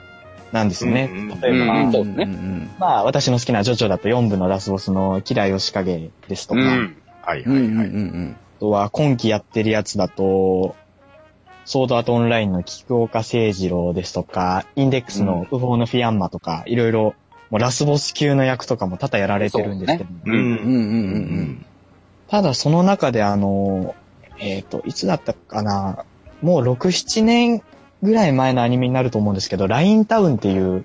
A: なんですよね。
D: うんうん
A: 例えば、
B: うんそうですね
C: ね。
A: まあ、私の好きなジョジョだと4部のラスボスのキラヨシカゲですと
B: う
A: か、あ
B: ん。
D: はい
C: うん
D: は
C: う
D: い
C: んう
D: はい。
C: ん
A: とは今期やってるやつだと、ソードアートオンラインの菊岡誠二郎ですとか、インデックスのウフォーのフィアンマとか、いろいろ、もうラスボス級の役とかも多々やられてるんですけど、
C: う
D: う
C: ん。うん
D: ん。
C: うんう
D: う
C: んうん。
D: ん
A: ただその中であの、えっ、と、いつだったかな、もう6、7年ぐらい前のアニメになると思うんですけど、ラインタウンっていう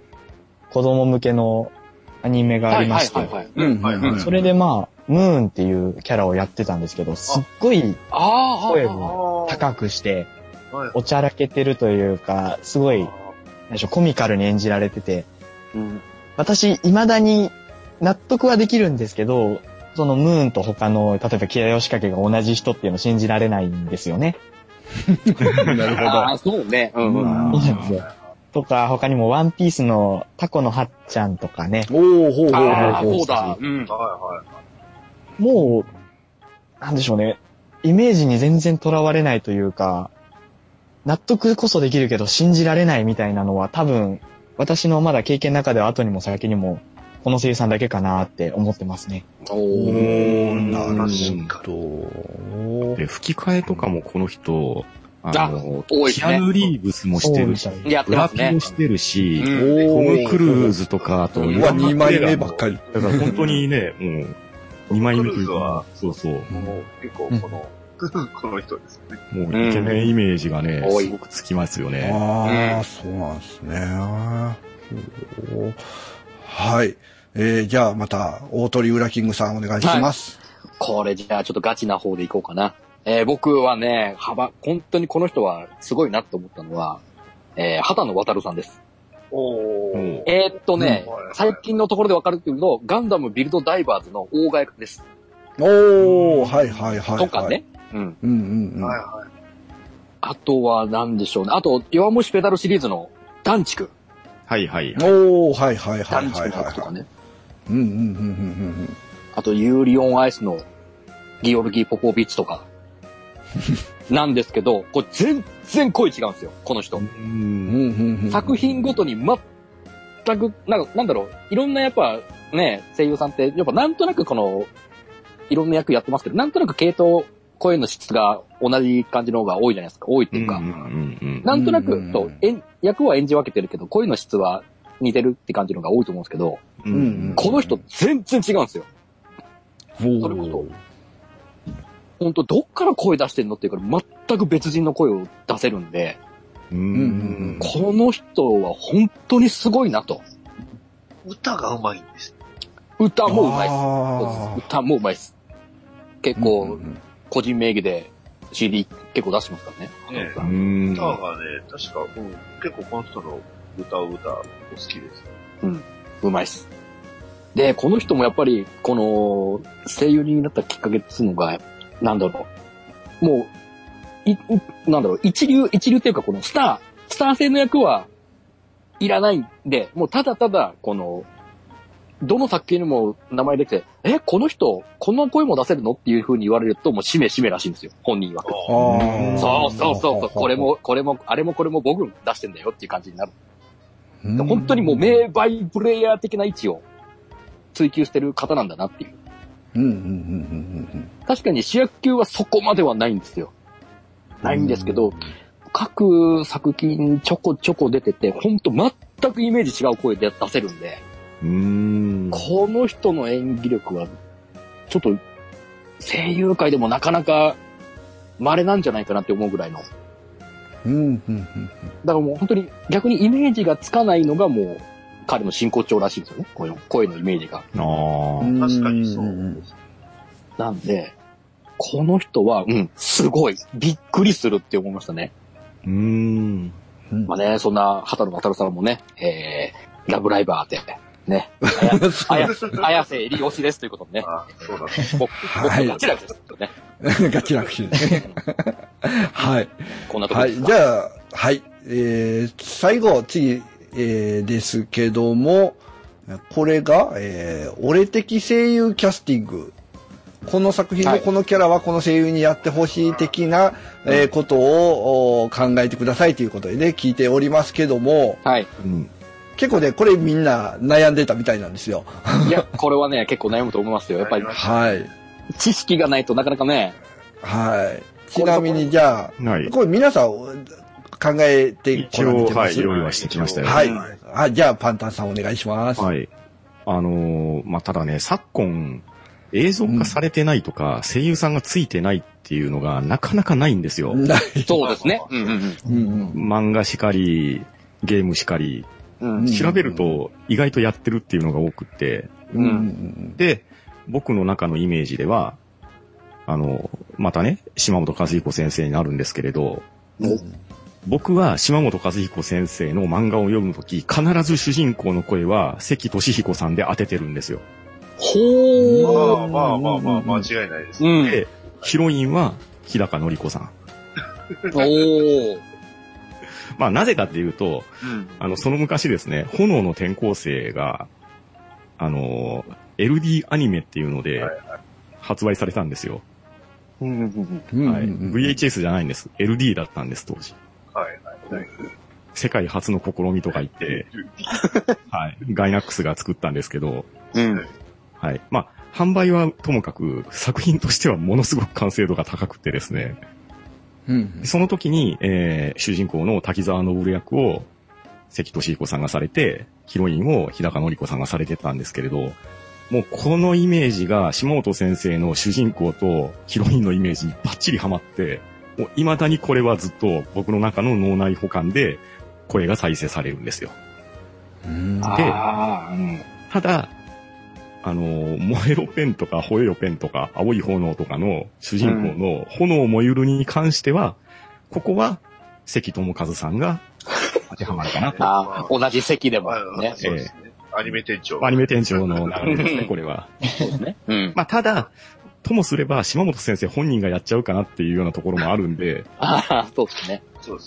A: 子供向けのアニメがありまして、
B: はいはいはいはい。
C: うん
E: はいはい
D: うん
A: それでまあ、ムーンっていうキャラをやってたんですけど、すっごい
B: ああ、
A: 声
E: あ
A: も
E: ー
A: 高くして、
E: はい
A: おちゃらけてるというか、すごい、なんでしょうコミカルに演じられてて、
B: うん。
A: 私、未だに納得はできるんですけど、そのムーンと他の、例えば、キラヨシカゲが同じ人っていうのを信じられないんですよね。
C: なる
B: ああ、そうね。うんうん。
D: あ
A: いいん
D: ー
A: ですよ。とか、他にもワンピースのタコのハッちゃんとかね、
C: ほど。おー、ほうほうほ
B: ああ、
C: うほ
B: そうう。だ。うん。
E: は
A: もう、なんでしょうね、イメージに全然とらわれないというか、納得こそできるけど信じられないみたいなのは多分、私のまだ経験の中では後にも先にも、この声優さんだけかなって思ってますね。
B: お
C: お
B: ー
C: ー、な
E: 確
C: る
E: か
C: ほど。
D: で、吹き替えとかもこの人、あの、
B: 多いで
D: キ
B: すね
D: アヌ・リーブスもしてるし、
A: そうみたい
B: やって
D: ブ
B: ま
D: ラ
B: す
D: ピも
B: ね。
D: してるし、
B: うん
D: トム・クル
C: ー
D: ーズとか、あと、
B: うん
C: うわ、2枚目ばっかり。
D: だから本当にね、もう、2枚目と
E: クル
D: いう
E: ーズ
D: か
E: は、
D: そうそう、
E: もう結構この、 (laughs) この人ですね。
D: もうイケメンイメージがね、
B: うん
D: すごくつきますよね。
C: あ
B: う
C: あ、
B: ん
C: そうなんですね。ほうはい。えー、じゃあまた、大鳥裏キングさんお願いします。
B: これじゃあちょっとガチな方でいこうかな。えー僕はね、幅、本当にこの人はすごいなって思ったのは、えー、畑野渡さんです。
E: お
D: ー
B: えーっとね
E: うんはいは、い
B: 最近のところでわかるけど、ガンダムビルドダイバーズの大外です。
C: おー、はいはいはい、はい。
B: とかね。うん。
C: うんうんうん。
E: はいは
B: あとは何でしょうね。あと、弱虫ペダルシリーズのダンチク。
D: はいはい。
C: おー、はいはいは
B: ダ
C: い
B: ンチ
C: は
B: ク
C: い
B: のやつとか
C: は
B: ね。
C: い。うんうんうんうん
B: あと、ユーリオンアイスのギオルギー・ポポビッチ
C: (laughs)
B: とか。なんですけど、これ全然声違うんですよ、この人。
C: うんうん。うんうんうん。
B: 作品ごとに全く、なんか、なんだろう、いろんなやっぱね、声優さんって、やっぱなんとなくこの、いろんな役やってますけど、なんとなく系統、声の質が同じ感じの方が多いじゃないですか、多いっていうか、
D: うんうんうん
B: なんとな
C: うんうんうん
B: く、そう、演役は演じ分けてるけど、声の質は似てるって感じの方が多いと思うんですけど、
D: う
C: うんうん
D: ん。
B: この人全然違うんですよ。
C: おー
B: それこそほんと、どっから声出してんのっていうから、全く別人の声を出せるんで、
D: うん
C: うん
B: この人は本当にすごいなと。
E: い。歌がうまいんです。
B: 歌もうまいです。
C: あー
B: 歌もうまいです。結
C: うんう
B: 構、
C: んうん
B: 個人名義で CD 結構出してますからね。
E: ね
D: う
B: あの
D: ん。
E: 歌がね、確か、うん、結構この人の歌を歌うお好きです。
B: うまいっす。で、この人もやっぱり、この、声優になったきっかけっつうのが、なんだろう。もう、い、いなんだろう、一流、一流っていうか、このスター、スター性の役はいらないんで、もうただただ、この、どの作品にも名前出て、え、この人、この声も出せるのっていう風に言われると、もうしめしめらしいんですよ、本人は。
C: あー
B: そうそうそうそう、これ。も、これも、あれもこれも僕出してんだよっていう感じになる。
C: うん
B: 本当にもう名バイプレイヤー的な位置を追求してる方なんだなっていう。
C: うんうんうんうんうんうん。
B: 確かに主役級はそこまではないんですよ。ないんですけど、各作品ちょこちょこ出てて、ほんと全くイメージ違う声で出せるんで、
D: うん。
B: この人の演技力は、ちょっと声優界でもなかなか稀なんじゃないかなって思うぐらいの。
C: うんうんうん。
B: だからもう本当に逆にイメージがつかないのがもう彼の真骨頂らしいんですよね。この声のイメージが。
D: ああ。
E: 確かにそう
C: うん
E: (laughs)
C: うん
E: です。
B: なんで、この人は、うん、すごい、びっくりするって思いましたね。
D: うん。
C: うん
B: まあね、そんな、畑野渡さんもね、えー、ラブライバーで、ね、あや、あやせり推しですということでね、
E: あ、そうだね。
B: 僕、
C: はい
B: 僕ガチラですよね。
C: (laughs) ガチ楽しいですね。 (laughs) はい。
B: こんなとこ
C: は
B: ろで
C: い。
B: す
C: じゃあ、はい。えー、最後、次、えー、ですけども、これが、えー、俺的声優キャスティング。この作品
B: は
C: の
B: い
C: このキャラはこの声優にやってほしい的な、えーことをお考えてくださいということでね、聞いておりますけども、
B: はい。
D: うん。
C: 結構ね、これみんな悩んでたみたいなんですよ。
B: いや、これはね、結構悩むと思いますよ。やっぱり、
C: はい。
B: 知識がないとなかなかね、
C: はい。ちなみに、じゃあ、
D: はい。
C: これ皆さん考えて
D: 一
C: こられ
D: 応、
C: てま
D: はい、
C: す
D: 用意はしてきましたよ。
C: はいい。あ、じゃあ、パンタンさんお願いします。 (laughs)
D: はい。あのーまあ、ただね、昨今、映像化されてないとか、声優さんがついてないっていうのがなかなかないんですよ。
C: ない。
B: そうですね。うんうん
C: うん
D: 漫画しかり、ゲームしかり、
B: うん。
C: うん
D: 調べると意外とやってるっていうのが多くって、
C: うん。うんうん
D: で、僕の中のイメージでは、あの、またね、島本和彦先生になるんですけれど、僕は島本和彦先生の漫画を読むとき、必ず主人公の声は関俊彦さんで当ててるんですよ。
B: ほ
E: ま
B: ー。
E: あまあまあまあ、間違いないです。
B: うん。
D: で、ヒロインは日高のり子さん。
B: おー。
D: まあなぜかっていうと、
B: うん。
D: あの、その昔ですね、炎の転校生が、あの、LD アニメっていうので
E: はい、
D: 発売されたんですよ。
B: うんうんうん
C: うん。
D: はい。VHS じゃないんです。LD だったんです、当時。
E: はいはい。
D: 世界初の試みとか言って、はい、ガイナックスが作ったんですけど、
B: うん。
D: はい。まあ、販売はともかく、作品としてはものすごく完成度が高くてですね、
C: うん。
D: その時に、えー主人公の滝沢信役を関俊彦さんがされて、ヒロインを日高のり子さんがされてたんですけれど、もうこのイメージが下本先生の主人公とヒロインのイメージにバッチリハマって、もう未だにこれはずっと僕の中の脳内保管で声が再生されるんですよ。
C: うん
D: あで
B: ああ、うん。
D: ただ、あの、燃えろペンとか、吠えよペンとか、青い炎とかの主人公の炎燃ゆるに関しては、ここは関智和さんが当てはまるかなと。
B: ああ、同じ席でも
E: あの
B: ね。
E: そうですね。アニメ店長。
D: アニメ店長の流れですね、これは。
B: うん。
D: まあ、ただ、ともすれば、島本先生本人がやっちゃうかなっていうようなところもあるんで、
B: ああ、そうですね。
E: そう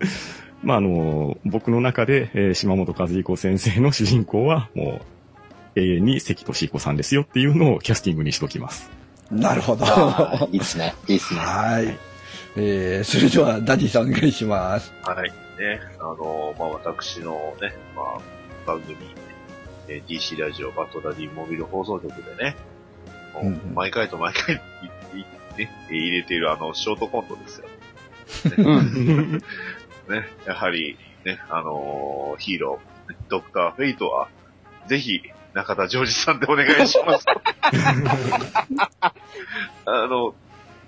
E: です。
D: まあ、あの、僕の中で、えー島本和彦先生の主人公は、もう、永遠に関俊彦さんですよっていうのをキャスティングにしときます。
C: なるほど。
B: あ
C: は
B: (laughs) あいいですね。いいですね。
C: い。えー、それでは、ダディさんお願いします。
E: はい。ね。あの、まあ、私のね、まあ、番組、えー DC ラジオバットダディモビル放送局でね、もう
C: うんうん
E: 毎回と毎回、いいね、入れているあの、ショートコントですよ。ね。やはり、ね、あのーヒーロー、ドクターフェイトは、ぜひ、中田ジョージさんでお願いし
B: (laughs)
E: ます。あの、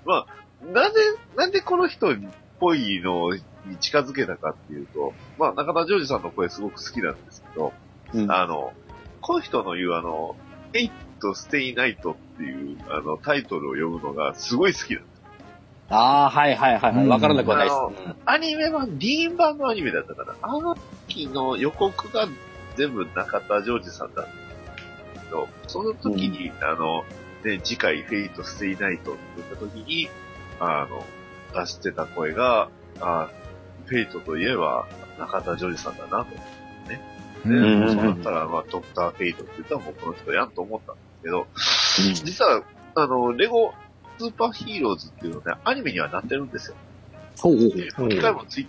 E: まあ、なぜ、なんでこの人っぽいのに近づけたかっていうと、まあ、中田ジョージさんの声すごく好きなんですけど、
B: うん
E: あの、この人の言うあの、エイトステイナイトっていう、あの、タイトルを読むのがすごい好きなんです。
B: ああ、はいはいはいはい。わからなくはないで
E: あの
B: す。うん
E: アニメ版、リーン版のアニメだったから、あの時の予告が全部中田ジョージさんだったんですけど、その時に、あの、ね、次回フェイトステイナイトって言った時に、あの、出してた声が、あフェイトといえば中田ジョージさんだなと。
C: う
E: で、
B: ん
E: そうなったら、まあ、ドクターフェイトって言ったらもうこの人やんと思ったんですけど、
B: う
E: 実は、あの、レゴスーパーヒーローズっていうのね、アニメにはなってるんですよ。
B: ほうほう
E: で吹き替えもつい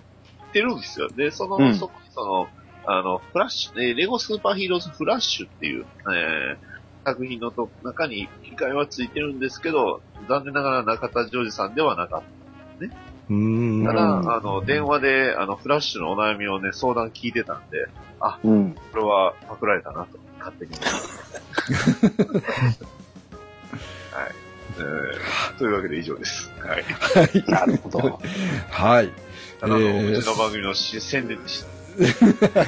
E: てるんですよ。で、その、
A: うん
E: そこにその、あの、フラッシュ、えーレゴスーパーヒーローズフラッシュっていう、えー作品のと中に吹き替えはついてるんですけど、残念ながら中田ジョージさんではなかった。
D: うーん。
E: ただ、あの、電話で、あの、フラッシュのお悩みをね、相談聞いてたんで、
B: うん。
E: これはパクられたなと、勝手に。はい。えーというわけで以上です。はい。
B: なるほど。
C: はい。
E: ただの、
C: えー
E: うちの番組のし宣伝でした。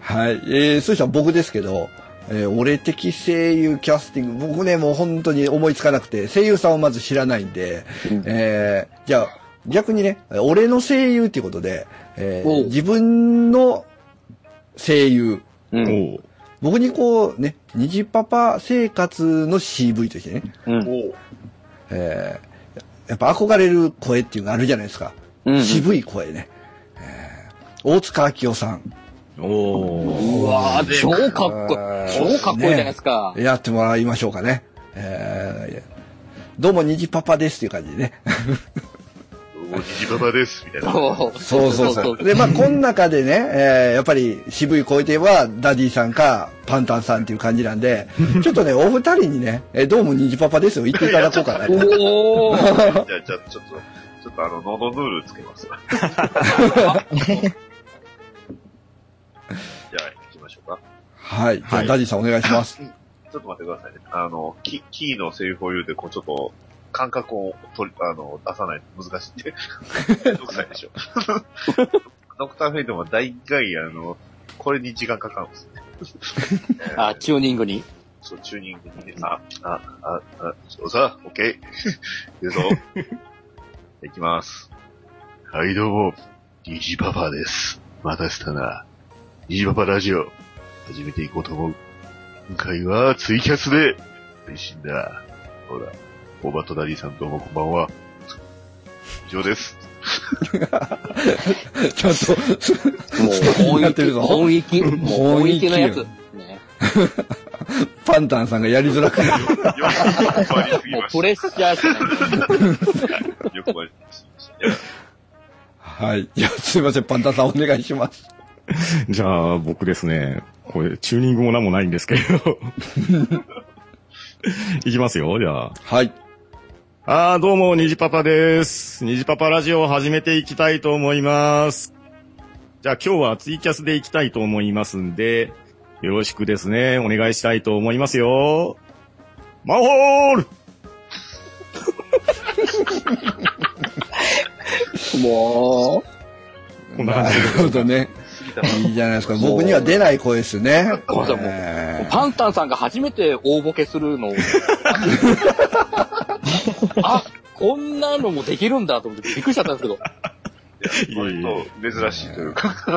C: はい。えー、そしたら僕ですけど、えー俺的声優キャスティング、僕ね、もう本当に思いつかなくて、声優さんをまず知らないんで、
B: うん
C: えー、じゃあ、逆にね、俺の声優っていうことで、えー
B: おう
C: 自分の声優、
B: うん。
D: おう
C: 僕にこうね、虹パパ生活の CV としてね、
B: うん。
E: おう
C: えーやっぱ憧れる声っていうのがあるじゃないですか。
B: うん。
C: 渋い声ね。えー大塚明夫さん、
D: おー
B: うわー超かっこ
C: あ
B: い
C: ー
B: い。超かっこいいじゃないですか。
C: やってもらいましょうかね。えーどうも、虹パパですっていう感じで
B: (laughs)
C: ね。
E: おじじばばです、みたいな。
B: そう
C: そうそうそう。で、まあ、この中でね、えーやっぱり渋い声といえば、ダディさんか、パンタンさんっていう感じなん
B: (laughs)
C: で、ちょっとね、お二人にね、えーどうも虹パパですよ、言っていただこうかな。
B: (laughs) おー
E: じゃあ、じゃあ、ちょっと、ちょっとあの、喉ヌールつ
C: (laughs)
E: けます。じゃあ、行きましょうか。
C: はい。じゃあダディさんお願いします。
E: ちょっと待ってくださいね。あの、キキーのセリフを言うて、こう、ちょっと、感覚を取り、あの、出さないと難しい
C: (laughs)
E: んで。めんどくさいでしょ。ドクターフェイトも大概、あの、これに時間かかるんですね。
B: (laughs) あ、チューニングに。
E: そう、チューニングにね、あ、あ、あ、あ、そうさ、オッ (laughs) ケー。言うぞ。いきます。はい、どうも、ニジパパです。またしたな。ニジパパラジオ、始めていこうと思う。今回はツイキャスで、配信だ。ほら、オバトダディさんどうもこんばんは。以上です。
C: ちょっと、
B: もう、
C: やっ
B: 音
C: てる
B: 域、
C: ぞ
B: (laughs) 音域、もう音域のやつ。ね
C: パンタンさんがやりづらくなる。
E: よくわりすぎ
B: も
E: ま
B: う
E: し
B: プレッシャーしかない。
E: た。よくわりすぎました。
C: はい。じゃあ、すいません、パンダさんお願いします。
D: じゃあ、僕ですね。これ、チューニングも何もないんですけ (laughs) ど。いきますよ、じゃあ。
C: はい。
D: あー、どうも、にじパパです。にじパパラジオを始めていきたいと思います。じゃあ今日はツイキャスでいきたいと思いますんで、よろしくですね、お願いしたいと思いますよ。マンホール
B: も
D: こんな感
C: な
D: じ
C: るほどね。
E: 杉田
C: いいじゃないですか。僕には出ない声ですね。
B: ごめんなさいもうう、
C: えー
B: パンタンさんが初めて大ボケする (laughs) のを。あ、こんなのもできるんだと思ってびっくりしちゃったんですけど。
D: いやいや
E: (laughs) 割と珍しいというか、
B: う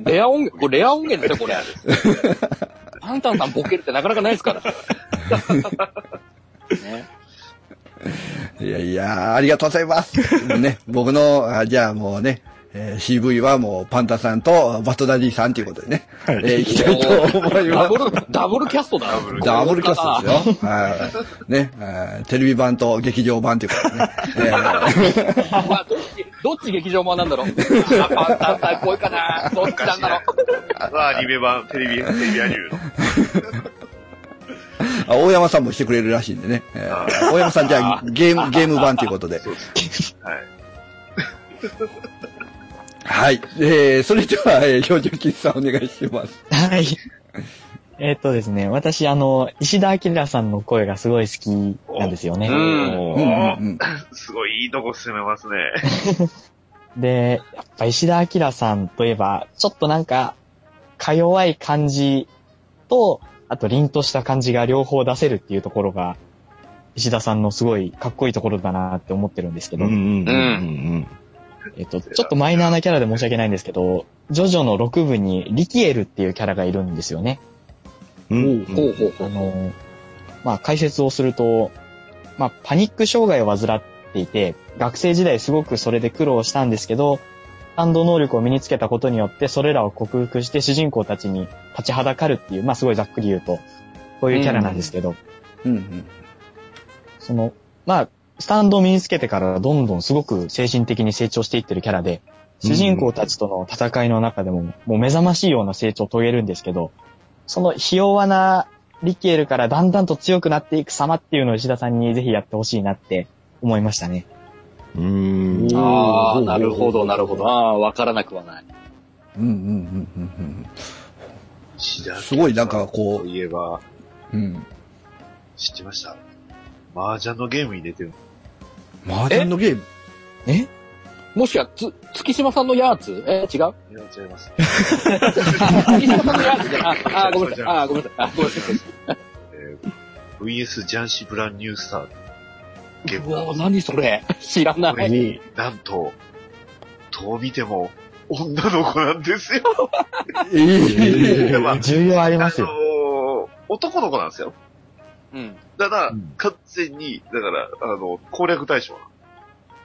B: んレア音源、これレア音源ですよ、これ。パンタンさんボケるってなかなかないですから。 (laughs) ね、
C: いやいや、ありがとうございます。でもね、僕の、あじゃあもうね、えー CV はもうパンタさんとバトダディさんということでね、
D: はい
C: えーいきたいと思いま
B: ダ
C: す
B: ブ。ル、ダブルキャス (laughs) トだ。
C: ダブルキャストですよ。はい。ね、えーテレビ版と劇場版ということでね。
B: あまあどっち、どっち劇場版なんだろう。あパンタンさんっぽいかな。どっちなんだろ
E: まあアニメ版、テレビ、テレビアニメの。
C: えーあ大山さんもしてくれるらしいんでね。えー
E: あ
C: 大山さんじゃあゲーム、ゲーム版ということで。
E: そうですね。はい。
C: はい。えー、それでは、えー、標準金さんお願いします。
A: はい。 (laughs) えっとですね、私、あの、石田明さんの声がすごい好きなんですよね。
B: う。う
C: う
B: ん。
C: んう
D: おー
C: んうん。
E: すごいいいとこ攻めますね。 (laughs)
A: で、やっぱ石田明さんといえば、ちょっとなんか、か弱い感じと、あと凛とした感じが両方出せるっていうところが、石田さんのすごいかっこいいところだなって思ってるんですけ
D: うん
A: ど、
D: うんうんうん
A: えっと、ちょっとマイナーなキャラで申し訳ないんですけど、ジョジョの6部にリキエルっていうキャラがいるんですよね。
D: うんうん
B: ほうほうほ
A: あ
B: う。
A: の、まあ、解説をすると、まあ、パニック障害を患っていて、学生時代すごくそれで苦労したんですけど、感動能力を身につけたことによって、それらを克服して主人公たちに立ちはだかるっていう、まあ、すごいざっくり言うと、こういうキャラなんですけど、
C: うんうん。
A: その、まあ、スタンドを身につけてからどんどんすごく精神的に成長していってるキャラで、主人公たちとの戦いの中でも、もう目覚ましいような成長を遂げるんですけど、そのひ弱なリキエルからだんだんと強くなっていく様っていうのを石田さんにぜひやってほしいなって思いましたね。
D: うーん
B: ああ、なるほど、なるほど。ああー、わからなくはない。
C: うんうんうんうん
E: す
C: すごいなんかこう
E: といえば、
C: うん。うん。
E: 知ってました麻雀のゲームに出てる。
C: 麻雀のゲーム
A: え
B: もしや、つ、月島さんのやつえ違う
E: いや、違います。
B: (laughs) 月島さんのやつじゃない。ああー、ごめんなさい。ああ、ごめんなさい。あーごめんなさい。
E: えー VS ジャンシブランニュースターゲー
B: う
E: ムな
B: わ
E: んで
B: ー
E: す
B: 何それ知らな
E: これ
B: い。
E: に、なんと、どう見ても女の子なんですよ。
C: ええ
E: いやまあ
A: 重要あり
E: あの
A: ますよ。
E: ー、男の子なんですよ。
B: うん。
E: ただ、
A: うん
E: 完全に、だから、あの、攻略対象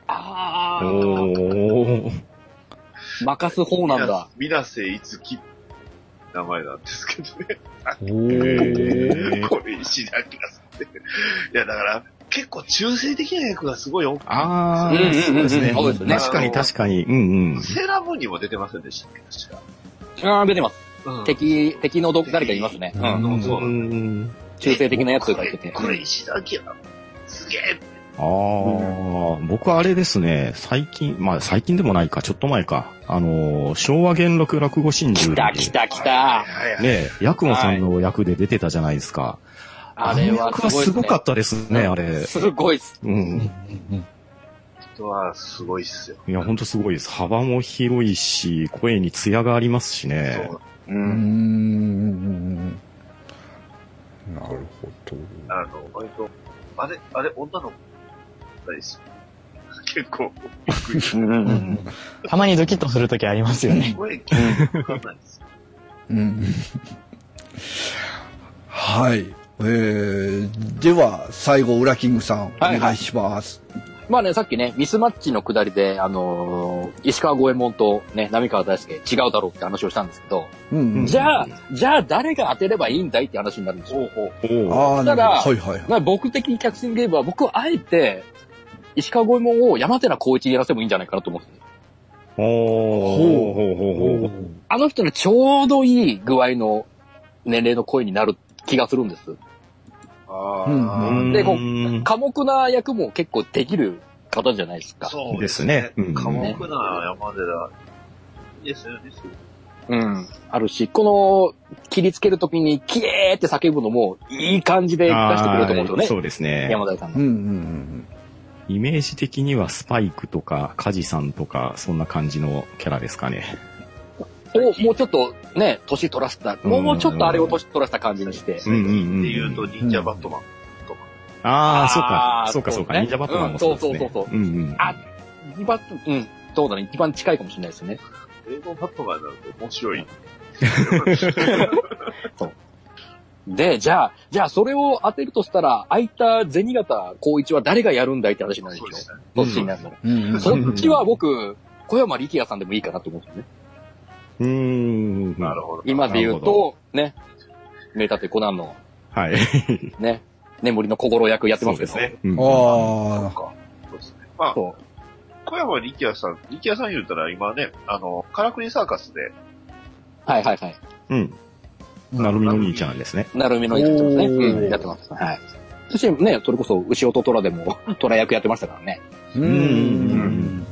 B: ああ、
D: おー
B: 任す方なんだ。
E: みなせいつき、名前なんですけどね。
D: へー
E: (laughs) これ、石田明さんで。いや、だから、結構中性的な役がすごい多く
D: あ
B: うんうんうんう
D: ー、
B: ん
D: そうですね。
B: そうですね
D: 確かに確かに。うんうん。
E: セーラームーンにも出てませんでしたっけ、確
B: ああ、出てます。
E: か。うん
B: 敵、敵のど、誰かいますね。うん。
E: のそうなん
D: ん。
B: 中性的なやつが出てて。
E: これ、これ石田明すげえ
D: ああ、僕はあれですね、最近、まあ最近でもないか、ちょっと前か、あのー、昭和元禄落語真珠
B: 来
D: で
B: た来た来た。
E: はいはい
D: ね、ヤクモさんの役で出てたじゃないですか。
B: あれは
D: 役はす
B: すごいです
D: ご
B: ね
D: かったですね、あれ。
B: すごいっす。
D: うん。
E: 人はすごいっすよ。
D: いや、ほんとすごいです。幅も広いし、声に艶がありますしね
E: そ。う
B: う
C: うんうんうんう
B: ん。
C: んうんなるほど。
E: あの、割と、あれ、あれ、女の子ないっすよ。 (laughs) 結
B: (laughs)
E: 構、びっくりした。
A: たまにドキッとするときありますよね。
E: 声聞こえないっすよ。
C: うん。はい。えー、では、最後、ウラキングさん、お
B: はい
C: 願いします。
B: まあね、さっきね、ミスマッチの下りで、あのー石川五右衛門とね、波川大輔違うだろうって話をしたんですけど、
C: うんうん。
B: じゃあ、じゃあ誰が当てればいいんだいって話になるんですよ。
D: おう
C: ああ、なるほど。はいはい。
B: まあ僕的に客船ゲームは僕はあえて、石川五右衛門を山寺宏一にやらせてもいいんじゃないかなと思うんですよ。
D: ほうほうほうほうほう。
B: あの人のちょうどいい具合の年齢の声になる気がするんです。
E: あ
C: うん
E: あ、
B: でこう
D: うん
B: 寡黙な役も結構できる方じゃないですか。
E: そう
D: ですねうん
E: 寡黙な山寺。いいですよね。
B: うん。あるし、この、切りつけるときに、キエーって叫ぶのも、いい感じで出してくれると思うん
D: あー
B: ですよ
D: そ
B: ね。
D: うですね。
B: 山田さん
C: う
B: の。
C: んうん
D: イメージ的にはスパイクとか、カジさんとか、そんな感じのキャラですかね。
B: を、もうちょっと、ね、年取らせた、もうちょっとあれを年取らせた感じにして。
D: うんうんうん
E: っていうと、忍者バットマンとか。
D: ああ、そう
B: あー
D: か、そうか、そう
B: そう
D: か、
B: ね
D: 忍者バットマンもそうですね。
B: うんそうそうそう
D: うんうん。
B: あ一番、うん、そうだね、一番近いかもしれないですね。
E: 英語バットマンなんて面白い。
B: で、じゃあ、じゃあそれを当てるとしたら、空いた銭形光一は誰がやるんだいって話になるでし
E: そ
B: ょ
E: うで。すね。
B: どっちになるの、
C: うんうんうん。
B: そっちは僕、小山力也さんでもいいかなと思うんですよね。
D: うーん。
E: なるほど。
B: 今で言う
D: なるほ
B: と、ね、名探偵コナンの、
D: はい。
B: ね、眠りの小五郎役やってますけど。
D: そうですね。うん
E: そう
C: あ
E: か。そうですね。まあ、
B: そ
E: 小山力也さん、力也さん言うたら今ね、あの、カラクリサーカスで、
B: う。はいはいはい。
D: うん。なるみの兄ちゃんですね。
B: なるみのやってますね。
C: おー
B: うん、やってます。はい。そしてね、それこそ、牛音虎でも、 (laughs) 虎役やってましたからね。
C: あ。うんうん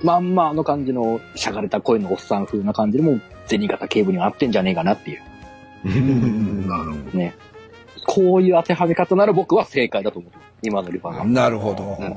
B: まんまあの感じの、しゃがれた声のおっさん風な感じでも、銭形警部には合ってんじゃねえかなっていう。
D: う。
C: うん。うんうんん
E: なるほ
B: ね。こういう当てはめ方なら僕は正解だと思う。今のリファーが。
C: なるほど。
B: うん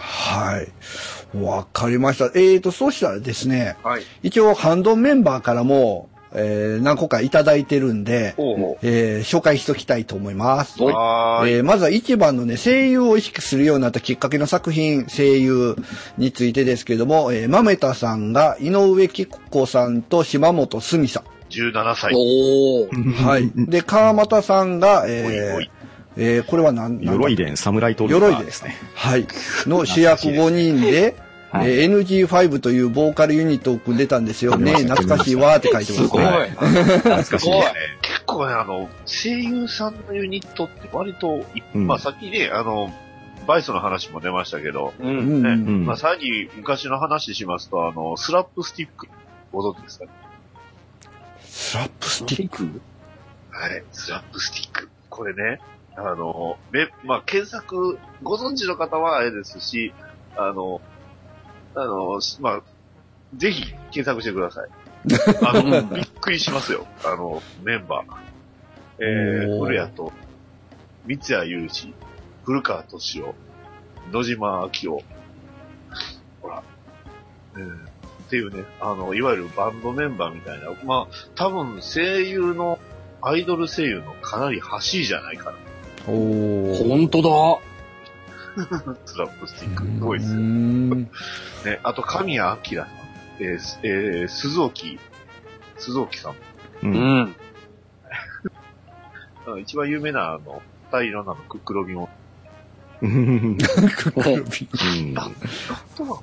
C: はい。わかりました。えーと、そうしたらですね、
E: はい。
C: 一応ハンドメンバーからも、えー何個かいただいてるんで、
E: おう
C: えー紹介しときたいと思います。
B: お
E: はーい。
C: えーまずは一番のね、声優を意識するようになったきっかけの作品、声優についてですけども、えー、まめたさんが井上貴子さんと島本すみさん。
E: 17歳。
B: おー。
C: はい。で、川又さんが、え
E: おい
C: ー
E: おい
C: えーこれは何、なんだ
D: 鎧伝、侍と
C: 鎧です
D: ね。
C: はい。の主役5人で、
B: はい
C: えー NG5 というボーカルユニットを組んでたんですよね。
D: 組んでました
C: 懐かしいわーって書いてます
B: す
C: ね。
B: ごい。
D: は懐かしい (laughs)
B: すごい
D: ね。
E: 結構ね、あの、声優さんのユニットって割と、い
D: うん
E: まあさっきね、あの、バイスの話も出ましたけど、
B: う。
C: うんん
E: ね
D: うん
E: まあさっき昔の話しますと、あの、スラップスティック、ご存知ですかね
C: スラップスティック。
E: はい、スラップスティック。これね、あの、め、まあ、検索、ご存知の方はあれですし、あの、あの、しまあ、ぜひ検索してくださ (laughs) い。あの、びっくりしますよ。あの、メンバー。え
C: お
E: ー、
C: ー
E: 古谷と、三谷裕二、古川敏夫、野島明夫、ほら、うん、っていうね、あの、いわゆるバンドメンバーみたいな、まあ、多分声優の、アイドル声優のかなり端じゃないかな。
C: おー。
B: 本当だ。
E: スラップスティック。すごいです
C: う
E: よ。
C: ん
E: ね、あと、神谷明さん、えーすえー鈴木、鈴木さん。
D: う
B: うんん。
E: あの一番有名な、あの、二色なの、クックロビも。
D: うん
C: クックルビ
E: あとは、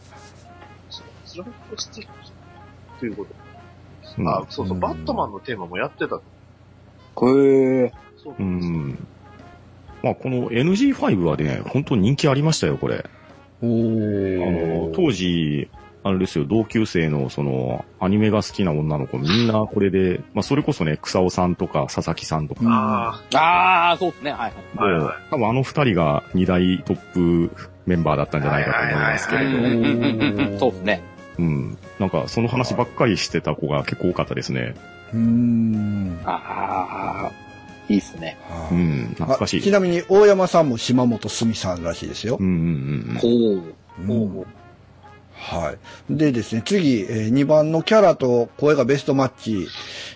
E: そうスラップスティック。ということ。
D: うん
E: あ、そうそう、
C: うん
E: バットマンのテーマもやってた。
B: へえ。
E: そう
D: う
E: なんで
D: ん。まあ、この NG5 はね、本当に人気ありましたよ、これ。
C: お
D: あの、
C: ー。
D: 当時、あれですよ、同級生の、その、アニメが好きな女の子、みんなこれで、まあ、それこそね、草尾さんとか、佐々木さんとか、
E: す。あ
B: ああ、そうですね。はいはい。
E: あ、はいはい。
D: 多分あの二人が二大トップメンバーだったんじゃないかと思いますけ
E: は
D: れ
E: い
D: ど
B: う
E: は、
B: んうんうんうんそうですね。
D: うん。なんか、その話ばっかりしてた子が結構多かったですね。
C: うん。
B: ああ、いいっすね。
C: は
D: う
C: い
D: ん、懐かし
C: あち
D: い。
C: なみに、大山さんも島本すみさんらしいですよ
D: う。んうん
B: ほう。
C: うんはい。でですね、次、え2番のキャラと声がベストマッチ、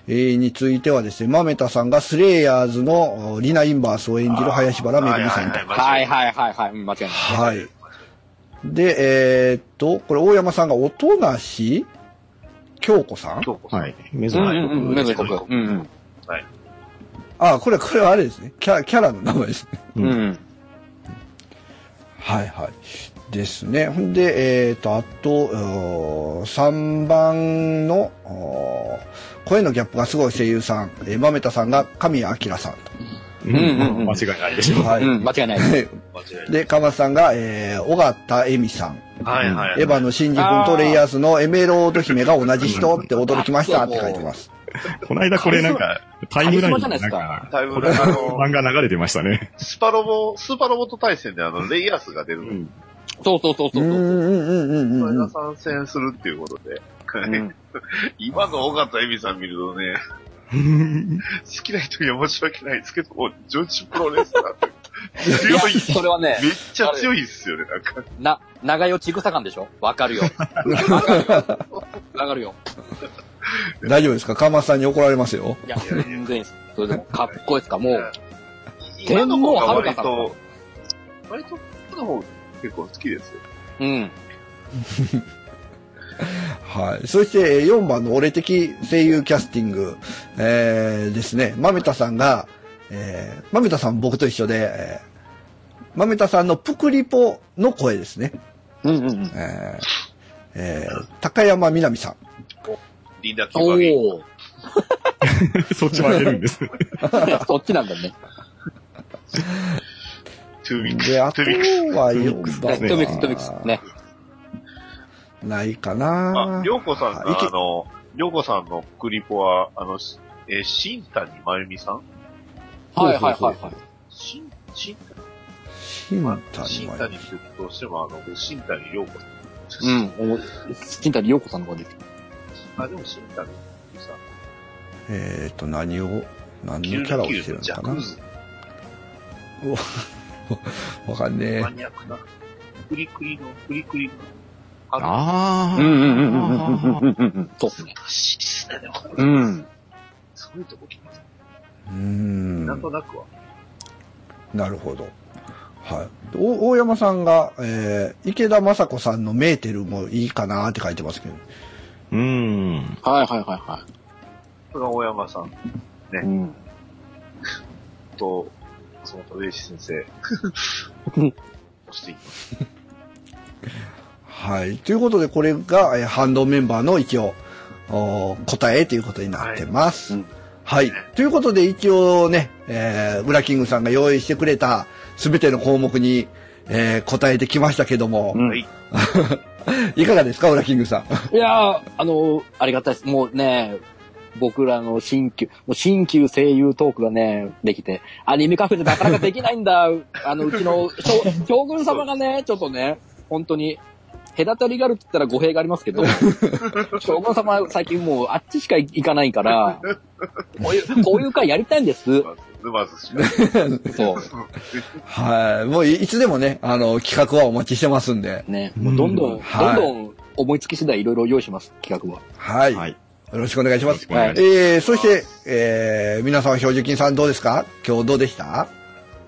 C: えーについてはですね、マメタさんがスレイヤーズのおリナ・インバースを演じる林原めぐみさんと。
B: はい
E: い。
B: はいはいはい。うん間違いない。
C: はい。で、えーっと、これ大山さんが音なし京子さん
E: 今日こ
D: うん。
E: そ。
D: はい。メ
B: う
D: ゾ
B: ん
D: ナ
B: う
D: イ
B: んうん。
E: メ
B: め
E: ゾ
B: ず
E: ナイ
B: こ
E: 国
B: く。うん
C: あ、これ、これはあれですね。キャラ、キャラの名前ですね。
B: うん。うん。
C: はいはい。ですね。ほんで、えー、と、あと、うー3番の、おー声のギャップがすごい声優さん、えー、まめたさんが神谷明さん
D: うん
B: うんうん
D: 間違いないでしょ
C: と。。は
B: う
C: い。
B: ん、間違いない。
E: 間違いない。
C: で、かまさんが、えー、尾形恵美さん。
E: はいはいはい。
C: エヴァのシンジ君とレイヤースのエメロード姫が同じ人って驚きましたって書いてます。
D: この間これなんか、タイムラインになんか、
E: タイムラインあの、
D: 漫画流れてましたね。 (laughs)
E: スパロボ、スーパロボと対戦であの、レイヤースが出るの。
B: そうそうそう
C: う
B: そ
C: んうんう
B: う。
C: んうん
E: それ
C: うんう
E: が
C: ん。
E: 参戦するっていうことで。
B: ん
E: (laughs) 今の尾形恵美さん見る
B: (laughs)
E: とね、好きな人には申し訳ないですけど、女子プロレスラーって
B: いや、
E: 強い。
B: それはね、
E: めっちゃ強いっすよね、なんか。
B: な、長与ちぐさ感でしょわかるよ。わかるよ。わかるよ。
C: 大丈夫ですか川松さんに怒られますよ。
B: いや、全然いいです。それでもかっこいいですかもう、
E: 今の方が割
B: 天皇
E: と、割と、僕の方結構好きですよ。
B: うん。
C: はい。そしてえー4番の俺的声優キャスティング、えーですね。まめたさんが、えー、まめたさん僕と一緒で、えー、まめたさんのプクリポの声ですね。
B: うんうんうん。
C: えーえー高山みなみさん。
E: リンダ・キ
B: お
E: バギ。
B: お
D: そっち曲げるんです。
B: ー (laughs) そっちなんだね。
E: トゥーミックス。
C: で、あ
E: ト
C: と
E: ゥーミックス。
C: は4
B: ね
C: 番
B: トミックス、トミックス。ね。
C: ないか
E: あ
C: な、
E: りょうこさんが、
C: あいけ
E: あの、りょうこさんのクリポは、あの、しえー、新谷真由美さん
B: はいはいはいはい。
E: 新、新
C: 新谷
E: 谷、新
C: 真由
E: 谷ってどうしても、あの、新谷りょうこさん。
B: うん。お新谷陽子さんの方が出てる。
E: あ、でも新谷さん、
C: えっ、と、何を、何のキ
E: キル
C: ャ
E: ラ
C: ラを
E: キ
C: し
E: ル
C: てる
E: の
C: の
E: ジャ
C: か
E: クー
C: な
E: ズ、
C: わかんね
E: マニアックな、クリクリの、クリクリの、あの、
D: あ
B: う
D: ー。
B: んうんうんうんうんうんうん。そうっすね。
E: 難しいっすね、でもこ
B: う
E: れ。
B: ん。
E: そういうとこ来ます。
C: え。うーん。
E: なんとなくは。
C: なるほど。はい。お大山さんが、えー、池田雅子さんのメーテルもいいかなって書いてますけど。
D: うん。
B: はいはいはいは
E: それが大山さん
B: い。うん。
E: と、その戸石先生。押していきます。
C: はい。ということで、これが、えーハンドメンバーの一応、おー答えということになってます。
B: は
C: はいい。ということで、一応ね、えー、ブラキングさんが用意してくれたすべての項目に、えー答えてきましたけども、
B: うん
E: はい。
C: いかがですか、ブラキングさん。
B: いやー、あのーありがたいです。もうね、僕らの新旧、もう新旧声優トークがね、できて、アニメカフェでなかなかできないんだ。 (laughs) あの、うちの将将軍様がね、ちょっとね、本当に、隔たりがあるって言ったら語弊がありますけ (laughs) ど、将軍様最近もうあっちしか行かないから、こういう、こういう会やりたいんです。
E: 沼津氏。
B: そう。
C: はい。もうい、いつでもね、あの、企画はお待ちしてますんで、
B: ね、もうどんどん、
D: うん
C: はい
B: どんどん思いつき次第いろいろ用意します、企画は。
C: はい。
D: はい。
C: よろしくお願いし
D: よ
C: ま
D: ろ
C: す
D: し。くお願いし
C: えー、そして、えー、皆さん、標準金さんどうですか今日どうでした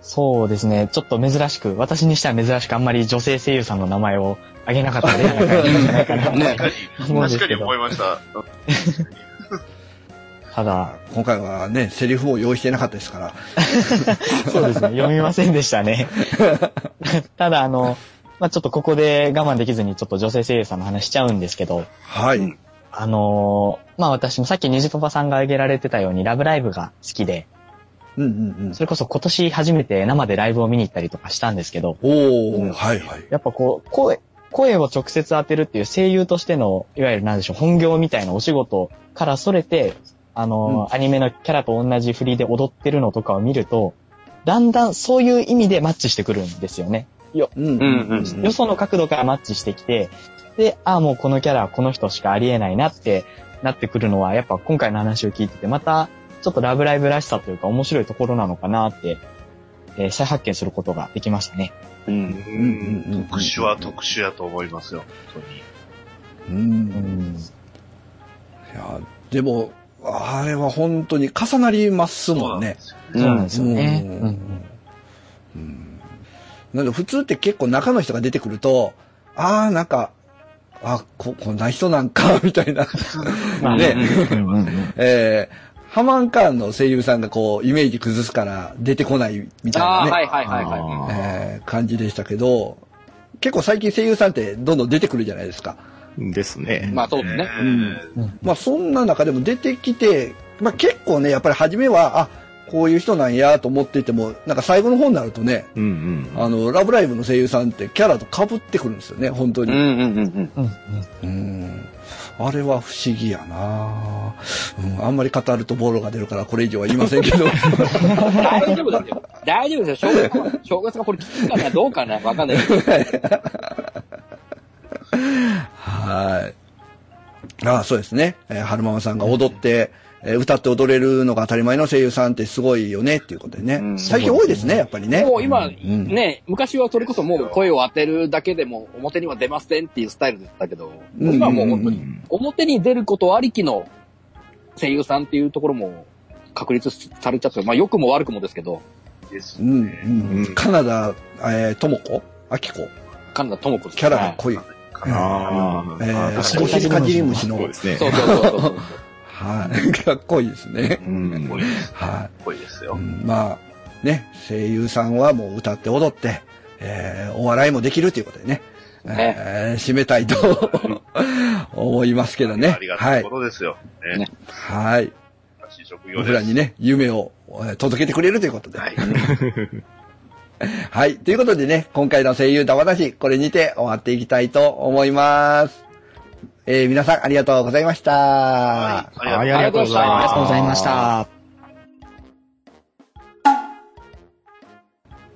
A: そうですね。ちょっと珍しく、私にしては珍しくあんまり女性声優さんの名前を挙げなかったので、なんかいいんじゃないかなと (laughs)
B: ね
E: 確かに、
A: 思うんで
E: 確
A: す
E: かに
A: けど
E: 思。いました。
A: ただ、
C: 今回はね、セリフも用意してなかったですから。
A: そうですね。読みませんでしたね。ただ、あの、まあ、ちょっとここで我慢できずにちょっと女性声優さんの話しちゃうんですけど、
C: はい。
B: う
C: うんん。
A: あのーまあ、私もさっき虹パパさんが挙げられてたようにラブライブが好きで、
C: うんうん
A: それこそ今年初めて生でライブを見に行ったりとかしたんですけど、
C: おー、
B: うん
C: はいはい。
A: やっぱこう、声、声を直接当てるっていう声優としての、いわゆるなんでしょう、本業みたいなお仕事からそれて、あの、アニメのキャラと同じ振りで踊ってるのとかを見ると、だんだんそういう意味でマッチしてくるんですよね。
C: うんうん
B: うんう
A: よその角度からマッチしてきて、で、ああ、もうこのキャラはこの人しかありえないなってなってくるのは、やっぱ今回の話を聞いてて、また、ちょっとラブライブらしさというか面白いところなのかなって、えー再発見することができましたね。
B: うん。
C: んうんうん
E: 特殊は特殊やと思いますよ、本当に。
C: う。
A: うんん。
C: いや、でも、あれは本当に重なります
E: そう
C: も
E: なんん
C: ね
E: で。すよね。
A: そうなんですよね。
C: うん
A: うんうん
C: うん。なんで普通って結構中の人が出てくると、あーなんか、あ、こ、こんな人なんか、みたいな。
A: まあ
C: ね。
A: うんうんうん
C: えー、ハマンカーンの声優さんがこう、イメージ崩すから出てこないみたい
B: ああ、
C: な
B: はい
C: ね、
B: はいはいはい。
D: あー
C: えー感じでしたけど、結構最近声優さんってどんどん出てくるじゃないですか。
D: ですね。
B: まあそうですね。
E: えー
C: まあそんな中でも出てきて、まあ結構ね、やっぱり初めは、あ、こういう人なんやと思っていても、なんか最後の方になるとね、
D: うんうん。
C: あの、ラブライブの声優さんってキャラと被ってくるんですよね、本当
B: うん
C: に。
B: うんうんうん。
A: うん、うん。
C: うんあれは不思議やな、うん、あんまり語るとボロが出るからこれ以上は言いません
B: (laughs)
C: けど。
B: 大丈夫ですよ。大丈夫ですよ。正月は、正月がこれ聞くかなどうかなわかんないけど。
C: はい。ああ、そうですね。えー、春ママさんが踊って、えー歌って踊れるのが当たり前の声優さんってすごいよねっていうことでね。
B: うん
C: 最近多いですね、やっぱりね。
B: もう今、
C: ん
B: ね、昔はそれこそもう声を当てるだけでも表には出ませんっていうスタイルだったけど、
C: うん
B: 今はもう本当
D: う
B: に、
D: ん
B: 表に出ることありきの声優さんっていうところも確立されちゃってる、まあ良くも悪くもですけど、
E: です
C: うん、
E: ね。
C: うん
D: うん
C: カナダ、えー、ともこあきこ
B: カナダともこです。
C: キャラが濃い。
E: か
D: あ
E: な
D: あ
C: えー、
A: 確
C: ゴ
A: かに
C: キブカジリムシの
D: そう。ですね。
B: そうそうそうそう。
C: はい。かっこいいですね。
D: うん
E: 濃いです。
C: はい。
E: 濃いです
C: う
E: よ。
C: んまあ、ね、声優さんはもう歌って踊って、えーお笑いもできるということでね、
B: ね
C: えー締めたいと (laughs) 思いますけどね
E: ありが。
C: は
E: たい
C: い
E: こ。とですよ。
B: ね
E: ね。
C: はい。
E: 素晴らしい職業
C: 僕
E: で
C: ら
E: す。
C: にね、夢をえー届けてくれるということで。
E: はい。
C: はい。ということでね、今回の声優だ話、これにて終わっていきたいと思います。えー皆さんありがとうございました。
E: はいありがとうございま
D: はい、あり
E: す
D: がとうございます
A: ありがとうございました。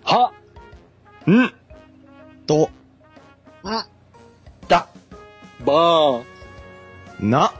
B: は、
D: うん
A: と、
C: だ
B: 啊ばー。
D: な。